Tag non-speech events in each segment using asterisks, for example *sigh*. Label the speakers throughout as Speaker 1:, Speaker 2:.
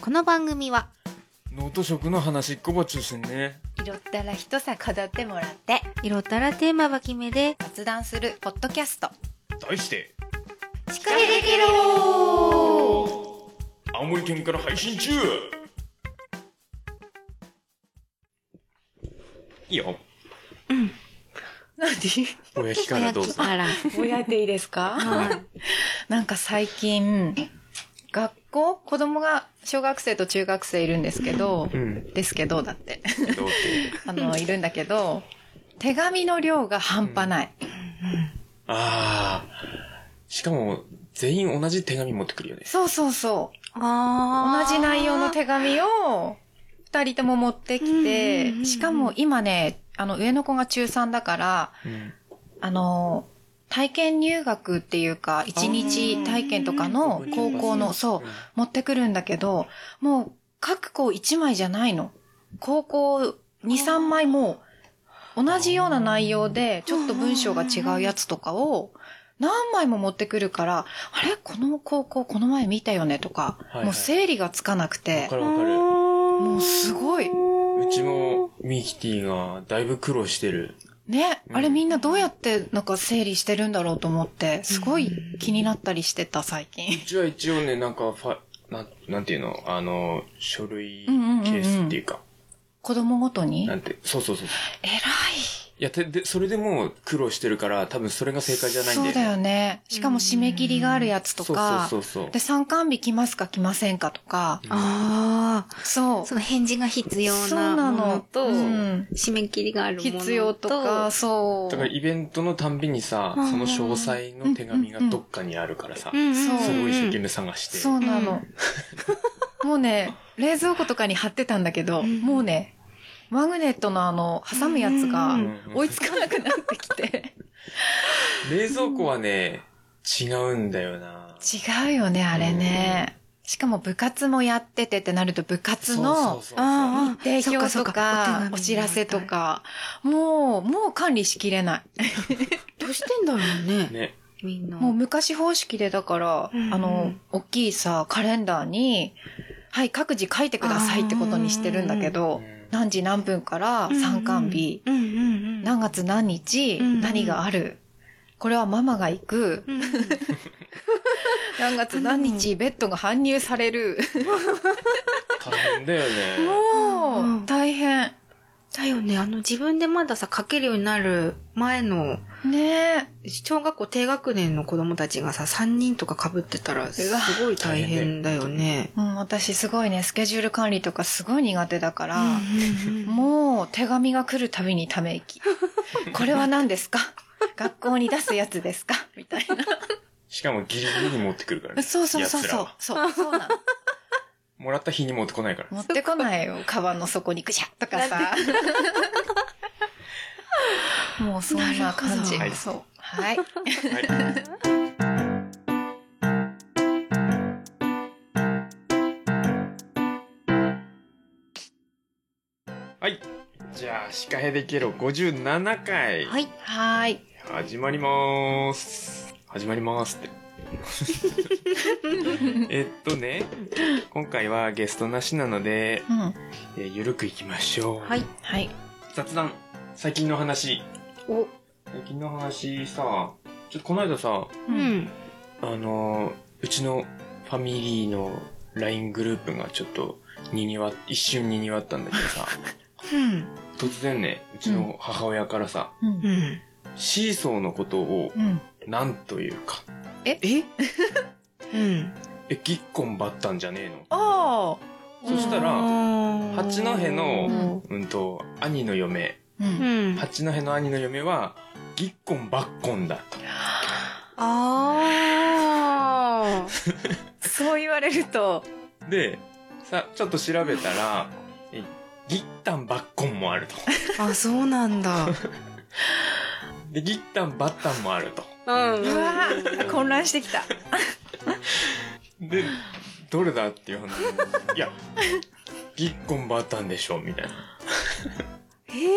Speaker 1: この番組は
Speaker 2: ノート食の話っこば中心ね
Speaker 3: 色ったら一さ飾ってもらって
Speaker 1: 色ったらテーマは決めで
Speaker 3: 雑談するポッドキャスト
Speaker 2: 題して
Speaker 1: 仕掛けできる
Speaker 2: 青森県から配信中いいよ
Speaker 3: 何
Speaker 2: おやきからどうぞ
Speaker 1: あら、
Speaker 3: ぼやいていいですかなんか最近学校子供が小学生と中学生いるんですけど
Speaker 2: うん
Speaker 3: ですけどだって
Speaker 2: どうって
Speaker 1: *laughs*
Speaker 3: あのいるんだけど手紙の量が半端ない、
Speaker 2: ああしかも全員同じ手紙持ってくるよね
Speaker 3: そうそうそう同
Speaker 1: あ
Speaker 3: じ内容の手紙を二人とも持ってき
Speaker 1: うんうんうん
Speaker 3: てしかも今ねあの上の子が中3だから
Speaker 2: うん
Speaker 3: あの、体験入学っていうか、一日体験とかの高校の、そう、持ってくるんだけど、もう各校1枚じゃないの。高校2、3枚もう、同じような内容で、ちょっと文章が違うやつとかを、何枚も持ってくるから、あれこの高校この前見たよねとか
Speaker 2: いは、い
Speaker 3: もう整理がつかなく
Speaker 2: わ
Speaker 3: て
Speaker 2: か、るわかる
Speaker 1: も
Speaker 3: もうすごいう
Speaker 2: ちもミキティがだいぶ苦労してる
Speaker 3: ね、
Speaker 2: うん
Speaker 3: あれみんなどうやってなんか整理してるんだろうと思って、すごい気になったりしてた最近。 *laughs*
Speaker 2: うちは一応ねなんかファなんなんていうのあの書類ケ
Speaker 3: うんうんうんうん
Speaker 2: ースっていうか、
Speaker 3: 子供ごとに
Speaker 2: なんてそうそうそう
Speaker 3: 偉い。
Speaker 2: いやてでそれでもう苦労してるから多分それが正解じゃないんだ
Speaker 3: そう
Speaker 2: よね
Speaker 3: だよね。しかも締め切りがあるやつとか、
Speaker 2: そうそうそう
Speaker 3: で、
Speaker 2: そう
Speaker 3: 参観日来ますか来ませんかとか、
Speaker 1: あ
Speaker 3: そ
Speaker 1: あ
Speaker 3: う。
Speaker 1: その返事が必要
Speaker 3: そう
Speaker 1: な
Speaker 3: な
Speaker 1: もの
Speaker 3: の
Speaker 1: と
Speaker 3: うん
Speaker 1: 締め切りがあるものと
Speaker 3: 必要とか、そう。
Speaker 2: だからイベントのたんびにさ、
Speaker 1: うんうん
Speaker 2: その詳細の手紙がどっかにあるからさ、
Speaker 1: うんうんうん
Speaker 3: そう
Speaker 2: すごい一生懸命探して。
Speaker 3: そうなの。もうね、冷蔵庫とかに貼ってたんだけど、
Speaker 1: ん
Speaker 3: もうね、マグネットのあの、挟むやつが
Speaker 1: うん
Speaker 2: うんうん
Speaker 3: 追いつかなくなってきて。
Speaker 2: 冷蔵庫はね、違うんだよな。
Speaker 3: 違うよね、あれね。しかも部活もやっててってなると部活の
Speaker 2: そうそうそうそう
Speaker 1: ああ
Speaker 3: 定
Speaker 1: そ
Speaker 3: 評と
Speaker 1: っかそっ
Speaker 3: か
Speaker 1: か、
Speaker 3: お
Speaker 1: お手紙
Speaker 3: 知らせとか、もう、もう管理しきれない。
Speaker 1: どうしてんだろうね
Speaker 2: ね。
Speaker 1: みんな
Speaker 3: もう昔方式でだから、
Speaker 1: うんうん
Speaker 3: あの、大きいさ、カレンダーに、はい、各自書いてくださいってことにしてるんだけど、
Speaker 2: うん
Speaker 3: 何時何分から参観日、
Speaker 1: うんうんうん
Speaker 3: 何月何日、
Speaker 1: うんうん
Speaker 3: 何がある、これはママが行く、
Speaker 1: うん
Speaker 3: 何月何日、ベッドが搬入される。
Speaker 2: 大変だよね。
Speaker 3: も
Speaker 1: うんうん
Speaker 3: う、大変。
Speaker 1: だよねあの自分でまださ書けるようになる前の
Speaker 3: ね
Speaker 1: 小学校低学年の子供たちがさ3人とかかぶってたらすごい大変だよね。
Speaker 3: え。うん、私すごいね、スケジュール管理とかすごい苦手だから、
Speaker 1: うんうんうん
Speaker 3: もう手紙が来るたびにため *laughs* 息。これは何ですか *laughs* 学校に出すやつですかみたい
Speaker 2: しかもギリギリに持ってくるからね。
Speaker 3: な。そうそうそう
Speaker 2: 奴ら
Speaker 3: そう
Speaker 2: は。
Speaker 3: そう、そうなの。
Speaker 2: もらった日に持ってこないから。
Speaker 3: 持ってこないよ。カバンの底にグシャッとかさ。 *laughs* もうそんな感じ。
Speaker 2: なるほど
Speaker 3: そう。はい。
Speaker 2: はい。はい。じゃあ、シカヘデケロ57回。
Speaker 1: はい。
Speaker 3: *laughs* はい。
Speaker 2: 始まりまーす。始まりまーすって。えっとね、今回はゲストなしなので、
Speaker 3: うん。
Speaker 2: えーゆるくいきましょう。
Speaker 1: はい。
Speaker 3: はい。
Speaker 2: 雑談、最近の話。
Speaker 1: お。
Speaker 2: 最近の話さ、ちょっとこの間さ、
Speaker 1: う
Speaker 3: うん
Speaker 1: ん。
Speaker 2: あのーうちのファミリーの LINE グループがちょっと、にぎわ、一瞬にぎわったんだけど
Speaker 1: *laughs*
Speaker 2: さ、
Speaker 1: うん。
Speaker 2: 突然ね、うちの母親からさ、
Speaker 3: うん。
Speaker 1: うん。
Speaker 2: シーソーのことを
Speaker 3: うん。
Speaker 2: 何というか、
Speaker 1: えうん。
Speaker 2: え、ぎっこんばったんじゃねえの
Speaker 3: ああ。
Speaker 2: そしたら八
Speaker 1: 八
Speaker 2: 戸の、うんと、兄の嫁、
Speaker 3: う。
Speaker 1: うんん。
Speaker 2: 八戸の兄の嫁は、ぎっこんばっこんだと。
Speaker 1: ああ。
Speaker 3: そう言われると、
Speaker 2: で、さ、ちょっと調べたら、えぎったんばっこんもあると。
Speaker 1: あ、そうなんだ。
Speaker 2: で、ぎったんばったんもあると。
Speaker 1: うん。
Speaker 3: うわー混乱してきた。
Speaker 2: で、どれだっていう話。いや、ぎっこんばったんでしょ、みたいな。
Speaker 1: ええ。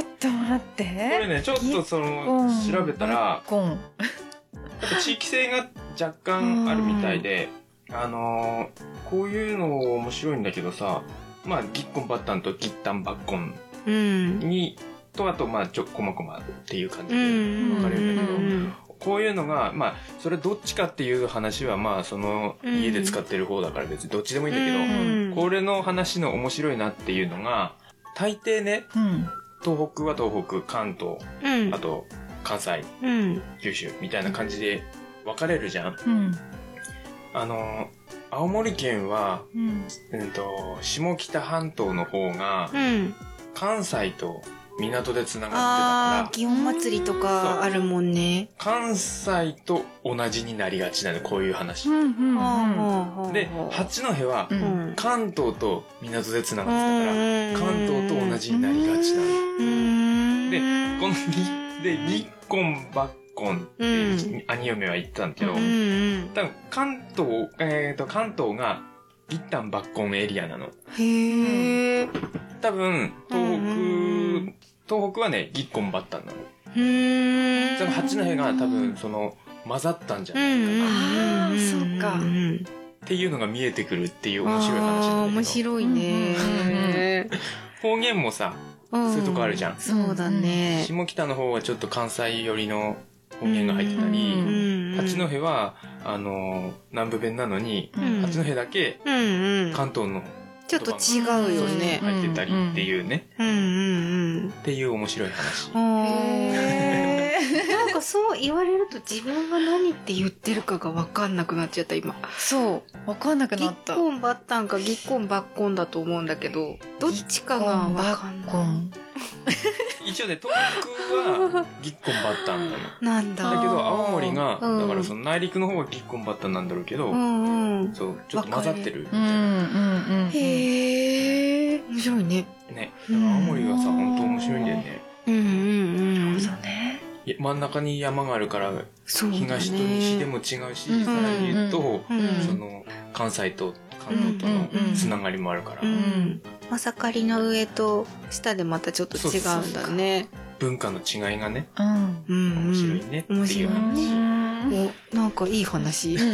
Speaker 3: ちょっと待って。
Speaker 2: これね、ちょっとその、調べたら、
Speaker 3: コン。
Speaker 2: やっぱ地域性が若干あるみたいで、あのーこういうの面白いんだけどさ、まあ、ぎっこんばったんとぎったんばっこん
Speaker 1: うん。
Speaker 2: に、と、あと、まあ、ちょ、こまこまっていう感じ
Speaker 1: うんう
Speaker 2: で、
Speaker 1: ん
Speaker 2: 分か
Speaker 1: う
Speaker 2: れるんだけど、
Speaker 1: ん
Speaker 2: こういうのが、まあ、それどっちかっていう話は、まあ、その、
Speaker 1: うん
Speaker 2: 家で使ってる方だから別にどっちでもいいんだけど、
Speaker 1: うん。
Speaker 2: これの話の面白いなっていうのが、大抵ね、
Speaker 3: うん。
Speaker 2: 東北は東北、関東、
Speaker 1: うん
Speaker 2: あと、関西、
Speaker 1: うん。
Speaker 2: 九州みたいな感じで分かれるじゃん。
Speaker 3: うん。
Speaker 2: あの、青森県は、
Speaker 3: うん。
Speaker 2: うんと、下北半島の方が、
Speaker 1: うん。
Speaker 2: 関西と港でつなが
Speaker 1: あー、
Speaker 2: って
Speaker 1: 祇園祭りとかあるもんね。
Speaker 2: たから、関西と同じになりがちなの、こういう話。
Speaker 3: うん。うん。
Speaker 1: は
Speaker 2: で、八戸は
Speaker 3: う、。
Speaker 1: うんん。
Speaker 2: 関東と港でつながってたから、関
Speaker 1: 関
Speaker 2: 東と同じになりがちなの。でこのぎ、で、ぎっこんばっこんって、兄嫁は言ってたんだけど、
Speaker 1: うん
Speaker 2: 多分関東、えー、と、関東が、ぎったんばっこんエリアなの。
Speaker 1: へえ。
Speaker 2: 多分、東
Speaker 1: うんうんうん
Speaker 2: 北、東北はね、ぎっこんばったんなの。
Speaker 1: うーん
Speaker 2: その八戸が多分、その、混ざったんじゃ
Speaker 1: う
Speaker 2: ない
Speaker 1: んう
Speaker 2: か
Speaker 1: ん
Speaker 2: な。
Speaker 3: あ
Speaker 1: うん
Speaker 3: ーそっか
Speaker 1: ん
Speaker 2: っていうのが見えてくるっていう
Speaker 1: うん
Speaker 2: 面白い話
Speaker 1: あー
Speaker 2: なんだ
Speaker 1: 面
Speaker 2: けど。
Speaker 1: 白いね
Speaker 3: うんうんうん
Speaker 1: へー
Speaker 2: 方言もさ、
Speaker 1: うん
Speaker 2: そういうとこあるじゃん。
Speaker 1: そうだね
Speaker 2: 下北の方はちょっと関西寄りの方言が入ってた
Speaker 1: うん
Speaker 2: り、
Speaker 1: うん
Speaker 2: 八戸は、あの、南部弁なのに、
Speaker 1: うん
Speaker 2: 八戸だけ
Speaker 1: うんうん
Speaker 2: 関東の
Speaker 1: ちょっと違うよね
Speaker 2: 入ってたりっていうね、
Speaker 1: うんうん
Speaker 2: っていう面白
Speaker 1: *laughs*
Speaker 2: い話。
Speaker 1: うん
Speaker 3: へ
Speaker 1: あーなんかそう言われると自分が何って言ってるかが分かんなくなっちゃった今
Speaker 3: そう。わかんなく
Speaker 1: ぎっ
Speaker 3: なった。
Speaker 1: こんばったんかぎっこんばっこんだと思うんだけどどっちかが分かん
Speaker 3: コ
Speaker 1: ない
Speaker 3: ン。
Speaker 2: 一応ね、東北はぎっこんばった
Speaker 1: *laughs*
Speaker 2: んなの。
Speaker 1: なんだ
Speaker 2: だけど
Speaker 3: あー
Speaker 2: 青森が、
Speaker 1: うん
Speaker 2: だからその内陸の方はぎっこんばったんなんだろうけど、
Speaker 1: うんうん
Speaker 2: そう、ちょっと混ざってるみた
Speaker 3: う
Speaker 2: い
Speaker 3: んう
Speaker 2: な。
Speaker 3: んうん。
Speaker 1: へえ面白いね
Speaker 2: ね。だから青森はさ、
Speaker 3: う
Speaker 2: 本
Speaker 3: ん
Speaker 2: 当面白いんだよね。
Speaker 1: うんうんうん
Speaker 3: そうね。
Speaker 2: いや真ん中に山があるから、
Speaker 1: そうだね
Speaker 2: 東と西でも違うし、
Speaker 3: うん
Speaker 2: さらに言うと、
Speaker 1: うん
Speaker 3: うん
Speaker 2: その、関西と関東との
Speaker 3: うんうんうん
Speaker 2: つながりもあるから、
Speaker 1: うんまさかりの上と下でまたちょっと違うんだね
Speaker 2: 文化の違いがね、
Speaker 3: うん。
Speaker 1: うんうん
Speaker 2: 面白いねって
Speaker 1: 面
Speaker 2: い
Speaker 1: 白
Speaker 2: う
Speaker 1: い
Speaker 2: 話。
Speaker 3: うん
Speaker 1: おなんかいい話は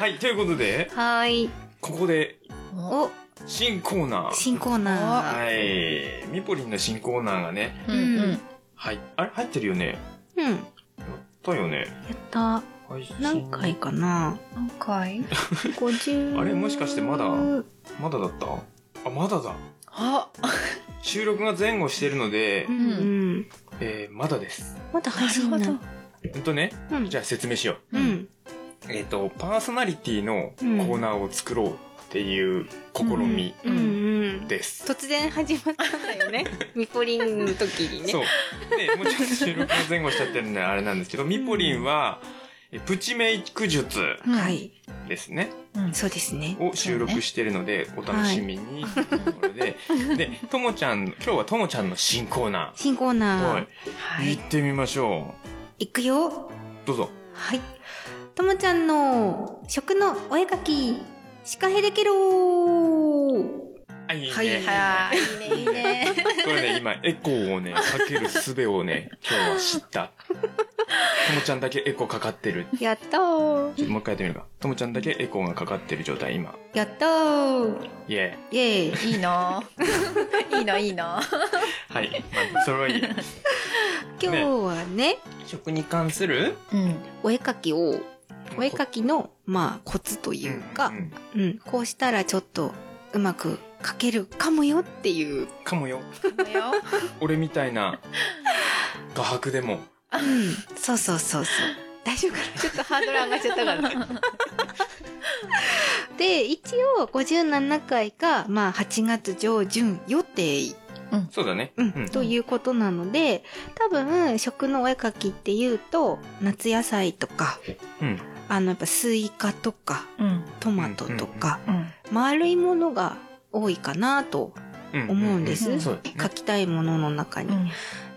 Speaker 2: はい、ということで、
Speaker 1: ーい
Speaker 2: ここで、
Speaker 3: お
Speaker 1: お
Speaker 2: 新コーナー。
Speaker 1: 新コーナー
Speaker 2: はい、ミポリンの新コーナーがね、
Speaker 3: うんうん。
Speaker 2: はい、あれ入ってるよね。
Speaker 1: うんや
Speaker 2: やったよね。
Speaker 1: った
Speaker 2: 配信
Speaker 1: 何回かな
Speaker 3: 何回
Speaker 1: 50
Speaker 2: あれもしかしてまだまだだったあ、まだだ。
Speaker 3: あ
Speaker 2: 収録が前後してるので
Speaker 1: う、んうん
Speaker 2: えー、まだです。
Speaker 1: まだ配
Speaker 3: なる
Speaker 1: 信
Speaker 3: ほ
Speaker 1: な
Speaker 3: ど
Speaker 1: の。
Speaker 2: ほんとね、
Speaker 1: うん
Speaker 2: じゃあ説明しよう。
Speaker 1: うん
Speaker 2: えっ、と、パーソナリティのコーナーを作ろうっていう試み
Speaker 1: うんうん
Speaker 2: です。
Speaker 1: 突然始まったんだよ *laughs* ねミポリンの時にね
Speaker 2: そう。 *laughs* で、もうちょっと収録が前後しちゃってるんであれなんですけど、ミポリンは、えプチメイク術
Speaker 1: はい
Speaker 2: ですね、
Speaker 3: うん
Speaker 1: そうですね
Speaker 2: を収録してるので、お楽しみに。これで、で、ともちゃん、今日はともちゃんの新コーナ
Speaker 1: 新コー
Speaker 2: ー。は
Speaker 1: ナー
Speaker 2: い。
Speaker 1: は
Speaker 2: 行ってみましょ
Speaker 1: いくよ
Speaker 2: う。どうぞ。
Speaker 1: はい。ともちゃんの食のお絵かき、シカヘデケロー
Speaker 2: あ、いいね。
Speaker 1: はい
Speaker 3: はい。いいね、いいね。
Speaker 2: これね、今、エコーをね、かける術をね、今日は知った。ともちゃんだけエコーかかってる。
Speaker 1: やったー
Speaker 2: ちょっともう一回やってみるか。ともちゃんだけエコーがかかってる状態、今。
Speaker 1: やったー
Speaker 2: イエ
Speaker 1: イェーイ
Speaker 3: *laughs* いいな。いいな、いい
Speaker 2: ー
Speaker 3: な。
Speaker 2: イ。はい。まあ、それはいいや。
Speaker 1: 今日はね、
Speaker 2: 食に関する
Speaker 3: うん。
Speaker 1: お絵かきを、お絵かきの、まあ、コツというか
Speaker 2: ん、ん
Speaker 1: うん、こうしたらちょっとうまく描けるかもよっていう、
Speaker 2: かもよ。
Speaker 3: よ。
Speaker 2: 俺みた
Speaker 1: *laughs*
Speaker 2: いな、画伯でも。
Speaker 1: うん、そうそうそうそう。大丈夫かなちょっとハードル上がっちゃったから。で、一応57回が、まあ、8月上旬予定、
Speaker 2: そうだね。
Speaker 1: うんということなので、多分、食のお絵描きっていうと、夏野菜とか、
Speaker 2: うん。
Speaker 1: あの、やっぱスイカとか、
Speaker 3: うん。
Speaker 1: トマトとか、
Speaker 3: うん。
Speaker 1: 丸いものが多いかなと
Speaker 2: うん
Speaker 1: 思うんです。
Speaker 3: うん
Speaker 2: そうですね
Speaker 1: 描。きたいものの中に。
Speaker 3: うん。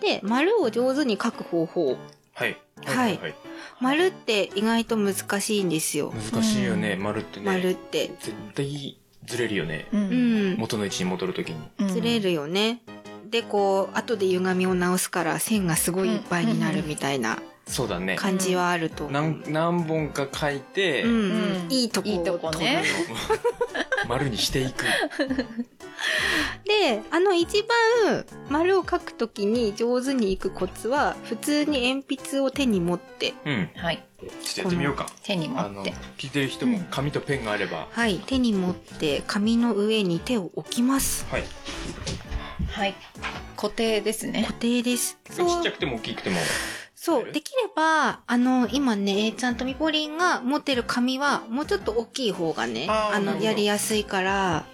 Speaker 1: で、丸を上手に描く方法。
Speaker 2: はい。
Speaker 1: はい
Speaker 2: はい。
Speaker 1: 丸って意外と難しいんですよ。
Speaker 2: 難しいよね、丸ってね。
Speaker 1: 丸っ。て。
Speaker 2: 絶対、ずれるよね。
Speaker 3: う。
Speaker 1: うんん。
Speaker 2: 元の位置に戻るときに。
Speaker 1: ずれ。るよね。で、こう、後で歪みを直すから線がすごいいっぱいになるみたいな。
Speaker 2: そうだね。
Speaker 1: 感じはあると。
Speaker 2: 何、何本か書いて、
Speaker 1: うん
Speaker 3: うん
Speaker 1: いいとこ
Speaker 3: いいとこね
Speaker 2: *laughs* 丸にして
Speaker 1: *laughs*
Speaker 2: いく。
Speaker 1: であの一番丸を描くときに上手にいくコツは普通に鉛筆を手に持って
Speaker 2: うん。
Speaker 3: はい。
Speaker 2: ちょっとやってみようか。
Speaker 3: 手に持
Speaker 2: あの
Speaker 3: って。、
Speaker 2: 聞いてる人も紙とペンがあれば。
Speaker 1: はい手に持って紙の上に手を置きます
Speaker 2: はい。
Speaker 3: はい。固定ですね。
Speaker 1: 固定です
Speaker 2: ちっ
Speaker 1: そ
Speaker 2: ち
Speaker 1: う
Speaker 2: ゃくても大きくても。
Speaker 1: そうできればあの今ね A ちゃんとみぽりんが持ってる紙はもうちょっと大きい方がね
Speaker 2: あ
Speaker 1: あ
Speaker 2: ーなる
Speaker 1: の
Speaker 2: ほど
Speaker 1: やりやすいから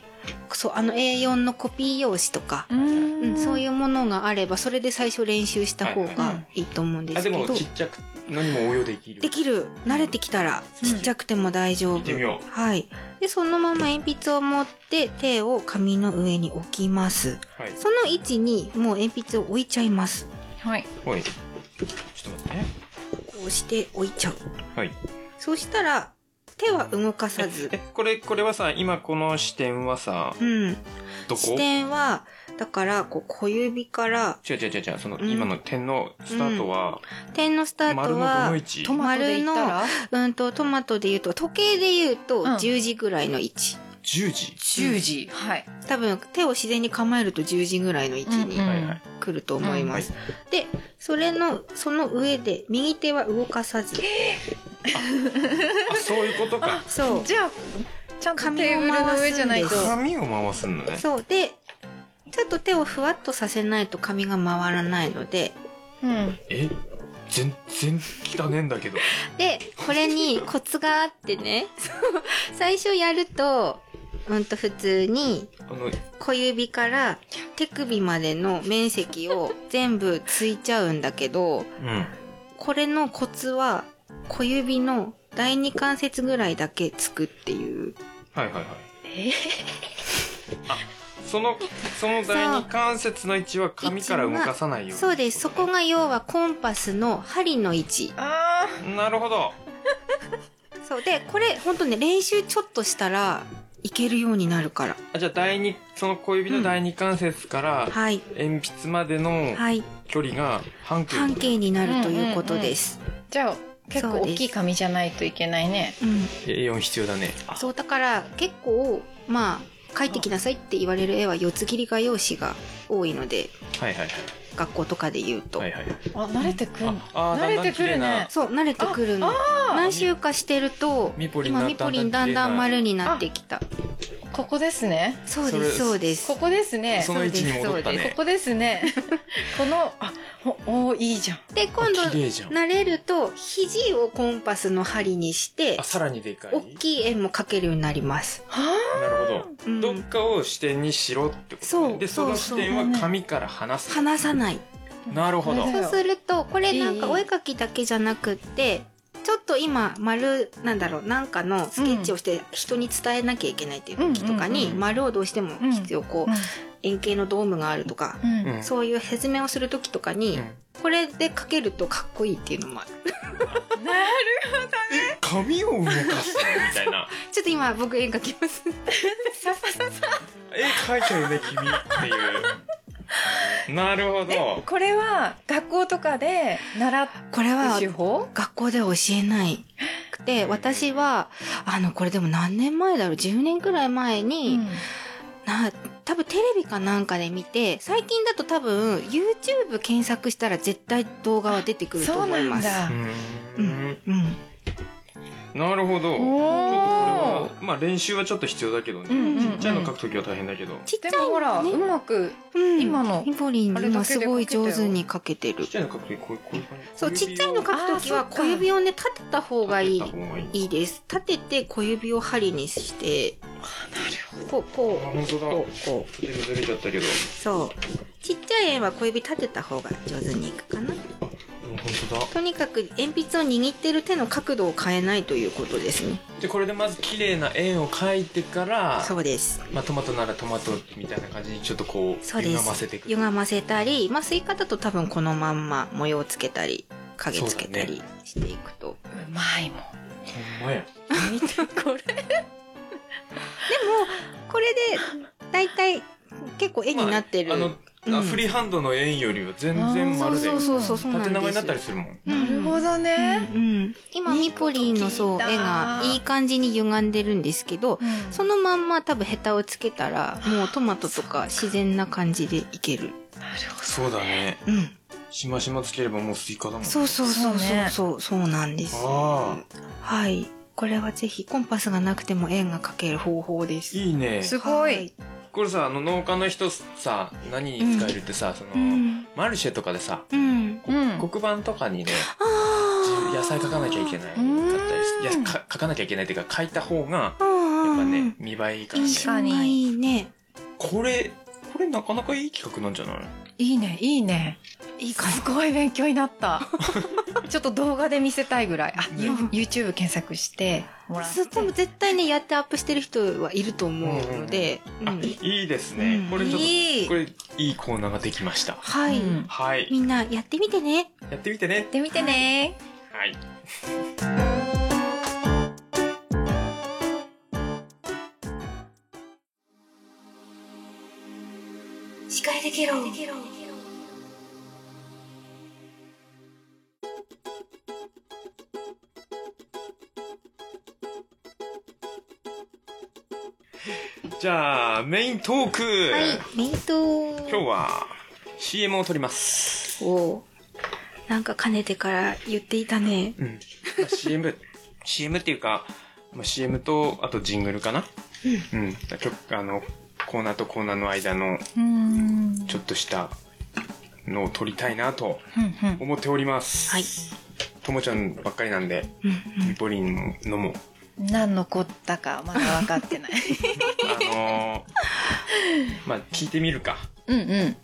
Speaker 1: そうあの A4 のコピー用紙とか、
Speaker 3: う。
Speaker 1: うんん、そういううものがあればそれで最初練習した方がいいと思うんで
Speaker 2: あ、
Speaker 1: すけ
Speaker 2: で
Speaker 1: ど、
Speaker 2: もちっちゃく、何も応用できる。
Speaker 1: できる慣れてきたら
Speaker 3: うん
Speaker 1: ちっちゃくても大丈夫、
Speaker 2: 行ってみよう
Speaker 1: はいでそのまま鉛筆を持って手を紙の上に置きます
Speaker 2: はい。
Speaker 1: その位置にもう鉛筆を置いちゃいます
Speaker 3: はい。
Speaker 2: おい。ちょっと待ってね。
Speaker 1: こうして置いちゃう
Speaker 2: はい。
Speaker 1: そうしたら手は動かさず
Speaker 2: え、これ、これはさ、今この視点はさ、
Speaker 1: *laughs* うん
Speaker 2: どこ
Speaker 1: 視点はだからこう小指から
Speaker 2: 違う違う違う違う、その、
Speaker 1: うん
Speaker 2: 今の点のスタートは、
Speaker 1: 点のスター
Speaker 2: 丸
Speaker 1: ト
Speaker 2: のど
Speaker 1: は
Speaker 2: の位置
Speaker 3: トマトでいったら
Speaker 1: うんとトマトで言うと時計で言うと
Speaker 3: うん
Speaker 1: 10時ぐらいの位置、
Speaker 2: ?10 時。
Speaker 3: 10時。はい。
Speaker 1: 多分手を自然に構えると10時ぐらいの位置に
Speaker 3: うん
Speaker 2: はいはい。
Speaker 1: 来ると思います、
Speaker 2: う
Speaker 1: でそれのその上で右手は動かさず
Speaker 2: あ、そういうこ
Speaker 1: *laughs*
Speaker 2: とか。
Speaker 1: そう
Speaker 3: じゃあ、ちゃんと
Speaker 1: 紙を
Speaker 3: テーブルの上じゃないと。
Speaker 1: 回す
Speaker 2: 紙を回すんだね。
Speaker 1: そうでちょっと手をふわっとさせないと髪が回らないので
Speaker 3: うん。
Speaker 2: え全然汚ねえんだけど。
Speaker 1: でこれにコツがあってねそう最初やるとうんと普通に
Speaker 2: あの、
Speaker 1: 小指から手首までの面積を全部ついちゃうんだけど
Speaker 2: うん。
Speaker 1: これのコツは小指の第二関節ぐらいだけつくっていう
Speaker 2: はいはいはい。
Speaker 3: え
Speaker 2: その、その第二関節の位置は紙から動かさないように
Speaker 1: そうです。そこ。が要はコンパスの針の位置。
Speaker 3: あ
Speaker 2: なるほど。
Speaker 1: そう。で、これ、ほんとね、練習ちょっとしたらいけるようになるから。
Speaker 2: あじゃあ第二、その小指の第二関節から、
Speaker 1: はい。
Speaker 2: 鉛筆までの
Speaker 1: はい。
Speaker 2: 距離が半径。
Speaker 1: 半径になるということです。
Speaker 3: ーじゃあ、結構大きい紙じゃないといけないね。
Speaker 1: うん
Speaker 2: A4 必要だね。あ
Speaker 1: そう、だから結構、まあ、描いてきなさいって言われる絵は四つ切り画用紙が多いので、
Speaker 2: はいはい
Speaker 1: 学校とかで言うと。
Speaker 2: はい。はいはい。
Speaker 3: あ、慣れてくる。
Speaker 2: あー
Speaker 3: 慣れてくるね。
Speaker 1: そう、慣れてくるの。何週かしてると、
Speaker 2: ミポリン
Speaker 1: 今、
Speaker 2: だんだん
Speaker 1: ミポリンだんだん丸になってきた。
Speaker 3: ここですね。
Speaker 1: そう
Speaker 2: そ
Speaker 1: で
Speaker 2: れ
Speaker 1: す、そうです。
Speaker 3: ここですね。
Speaker 2: その位置に戻った
Speaker 3: こ
Speaker 2: ね。
Speaker 3: こですね。この、あ、お、おーいいじゃん。
Speaker 1: で、今度
Speaker 2: あ、綺麗じゃん。
Speaker 1: 慣れると肘をコンパスの針にして
Speaker 2: あ、さらにでかい。
Speaker 1: 大きい円も描けるようになります。
Speaker 3: は
Speaker 2: なるほ
Speaker 1: う
Speaker 2: ど。
Speaker 1: ん
Speaker 2: どっかを視点にしろってことね
Speaker 1: そう
Speaker 2: で、その視
Speaker 1: そうそう
Speaker 2: 点は紙から離す。
Speaker 1: 離さない。
Speaker 2: なるほど。
Speaker 3: そう
Speaker 1: そうするとこれなん
Speaker 3: い
Speaker 1: か
Speaker 3: い
Speaker 1: お絵描きだけじゃなくってちょっと今丸なんだろうなんかのスケッチをして人に伝えなきゃいけないっていう時とか
Speaker 2: うん
Speaker 1: に
Speaker 2: うんうん
Speaker 1: 丸をどうしても必要こう円形のドームがあるとか
Speaker 3: あ。うん。
Speaker 2: う
Speaker 3: うん
Speaker 2: ん
Speaker 1: そういう説明をする時とかに
Speaker 2: うん
Speaker 1: これで描けるとかっこいいっていうのもある。
Speaker 3: なる
Speaker 2: え、紙を動かすのみた
Speaker 1: *laughs*
Speaker 2: いな。
Speaker 1: ちょっと今僕絵描きます。
Speaker 2: え、書いてるね、君って
Speaker 1: *laughs*
Speaker 2: いう。なるほど。
Speaker 3: これは学校とかで習っ
Speaker 1: *laughs* これ
Speaker 3: た
Speaker 1: は
Speaker 3: 手法
Speaker 1: 学校では教えないくて、私は、あの、これでも何年前だろう、10年くらい前に、な、多分テレビかなんかで見て、最近だと多分 YouTube 検索したら絶対動画は出てくると
Speaker 3: そう
Speaker 1: 思い
Speaker 3: な
Speaker 1: ま
Speaker 3: ん
Speaker 1: す。
Speaker 3: だ
Speaker 2: う。ん。
Speaker 1: うん。
Speaker 2: なるほど。ちょっとこれ
Speaker 3: お
Speaker 2: は、まあ練習はちょっと必要だけど
Speaker 3: うん
Speaker 2: ね。
Speaker 3: うんうん
Speaker 2: じゃあの書くときは大変だけど。
Speaker 1: ちっちゃい
Speaker 3: でもほら、
Speaker 1: ね
Speaker 3: うまく、
Speaker 1: うん、
Speaker 3: 今の
Speaker 1: イボリン
Speaker 3: あれだけで
Speaker 1: 今すごい上手に描けてる
Speaker 2: ちっ。ちゃいの書くとき、こういうこういう感じ。
Speaker 1: そう、ちっちゃいの
Speaker 2: 書く
Speaker 1: 描くときは
Speaker 3: あーそっか
Speaker 1: 小指をね、立てた方がいい。
Speaker 2: がいい。
Speaker 1: いいです。立てて小指を針にして、こう、
Speaker 2: あ、
Speaker 1: こう、
Speaker 2: 本当だ。
Speaker 1: こう、こう。
Speaker 2: ちょっとずれちゃったけど。
Speaker 1: そう。ちっちゃい円は小指立てた方が上手にいくかな。
Speaker 2: うん本当だ。
Speaker 1: とにかく鉛筆を握ってる手の角度を変えないということですね。
Speaker 2: で、これでまず綺麗な円を描いてから、
Speaker 1: そうです。
Speaker 2: まあトマトならトマトみたいな感じにちょっとこう、
Speaker 1: そうです。
Speaker 2: 歪ませていく。
Speaker 1: 歪ませたり、まあ、スイカだと多分このまんま模様をつけたり、影つけたりしていくと。
Speaker 3: うまいもん。
Speaker 2: ほんまや。
Speaker 3: 見て
Speaker 1: *laughs*
Speaker 3: これ。
Speaker 1: これで、だいたい結構絵になってる。
Speaker 2: まああの
Speaker 1: うん
Speaker 2: あフリーハンドの円よりは全然
Speaker 1: そう
Speaker 2: 丸で
Speaker 1: そうそうそうそう
Speaker 2: 縦長になったり
Speaker 1: す
Speaker 2: するもん
Speaker 1: うん
Speaker 3: なるほどね。
Speaker 1: うん、今ミポリンのそう絵がいい感じに歪んでるんですけど
Speaker 3: うん
Speaker 1: そのまんま多分ヘタをつけたらもうトマトとか自然な感じでいける
Speaker 3: なるほど。
Speaker 2: そうだね
Speaker 1: うん
Speaker 2: しましまつければもうスイカだもん
Speaker 1: そうそうそうそうそうそうなんです
Speaker 2: ああ
Speaker 1: はいこれはぜひコンパスがなくても円が描ける方法です
Speaker 2: いいね
Speaker 3: すごい
Speaker 1: は
Speaker 2: これさあの農家の人さ何に使えるってさ、そうの
Speaker 1: ん
Speaker 2: マルシェとかでさ
Speaker 1: うん
Speaker 3: うん
Speaker 2: 黒板とかにね
Speaker 1: ああ
Speaker 2: 野菜描かなきゃいけない
Speaker 3: うん
Speaker 2: だったりしていやか描かなきゃいけないっていうか描いた方が
Speaker 1: うん
Speaker 2: やっぱ
Speaker 1: うん
Speaker 2: ね見栄えいいからね
Speaker 3: 確かに
Speaker 1: 印象がいいね
Speaker 2: これこれなかなかいい企画なんじゃない
Speaker 3: いいね、いいね。
Speaker 1: いい感じ
Speaker 3: すごい勉強になった。ちょっと動画で見せたいぐらい。あ、ユ YouTube 検索してもらって。
Speaker 1: そう多分絶対ねやってアップしてる人はいると思うので、うん
Speaker 2: あいいですね、
Speaker 1: うん
Speaker 2: これちょっと
Speaker 3: いい。
Speaker 2: これいいコーナーができました
Speaker 1: はい、
Speaker 3: うん
Speaker 2: はい
Speaker 1: みんなやってみてね
Speaker 2: やってみてね
Speaker 3: で見てね。
Speaker 2: はい
Speaker 1: 司会できろ
Speaker 2: じゃあメイントーク、
Speaker 1: はいメイト
Speaker 2: 今日は CM を撮ります、
Speaker 1: おーなんかかねてから言っていたね
Speaker 2: うんまあ *laughs* CM CM っていうか、まあ、CM とあとジングルかなうん、曲あのコーナーとコーナーの間の
Speaker 3: うん。
Speaker 2: ちょっとしたのを撮りたいなと
Speaker 3: うんうん
Speaker 2: 思っております
Speaker 1: はい
Speaker 2: ともちゃんばっかりなんで
Speaker 1: うん
Speaker 2: ミポリンのも
Speaker 3: 何のこったかまだ分かってない
Speaker 2: あのーまあ聞いてみるか
Speaker 3: うんうん
Speaker 2: 例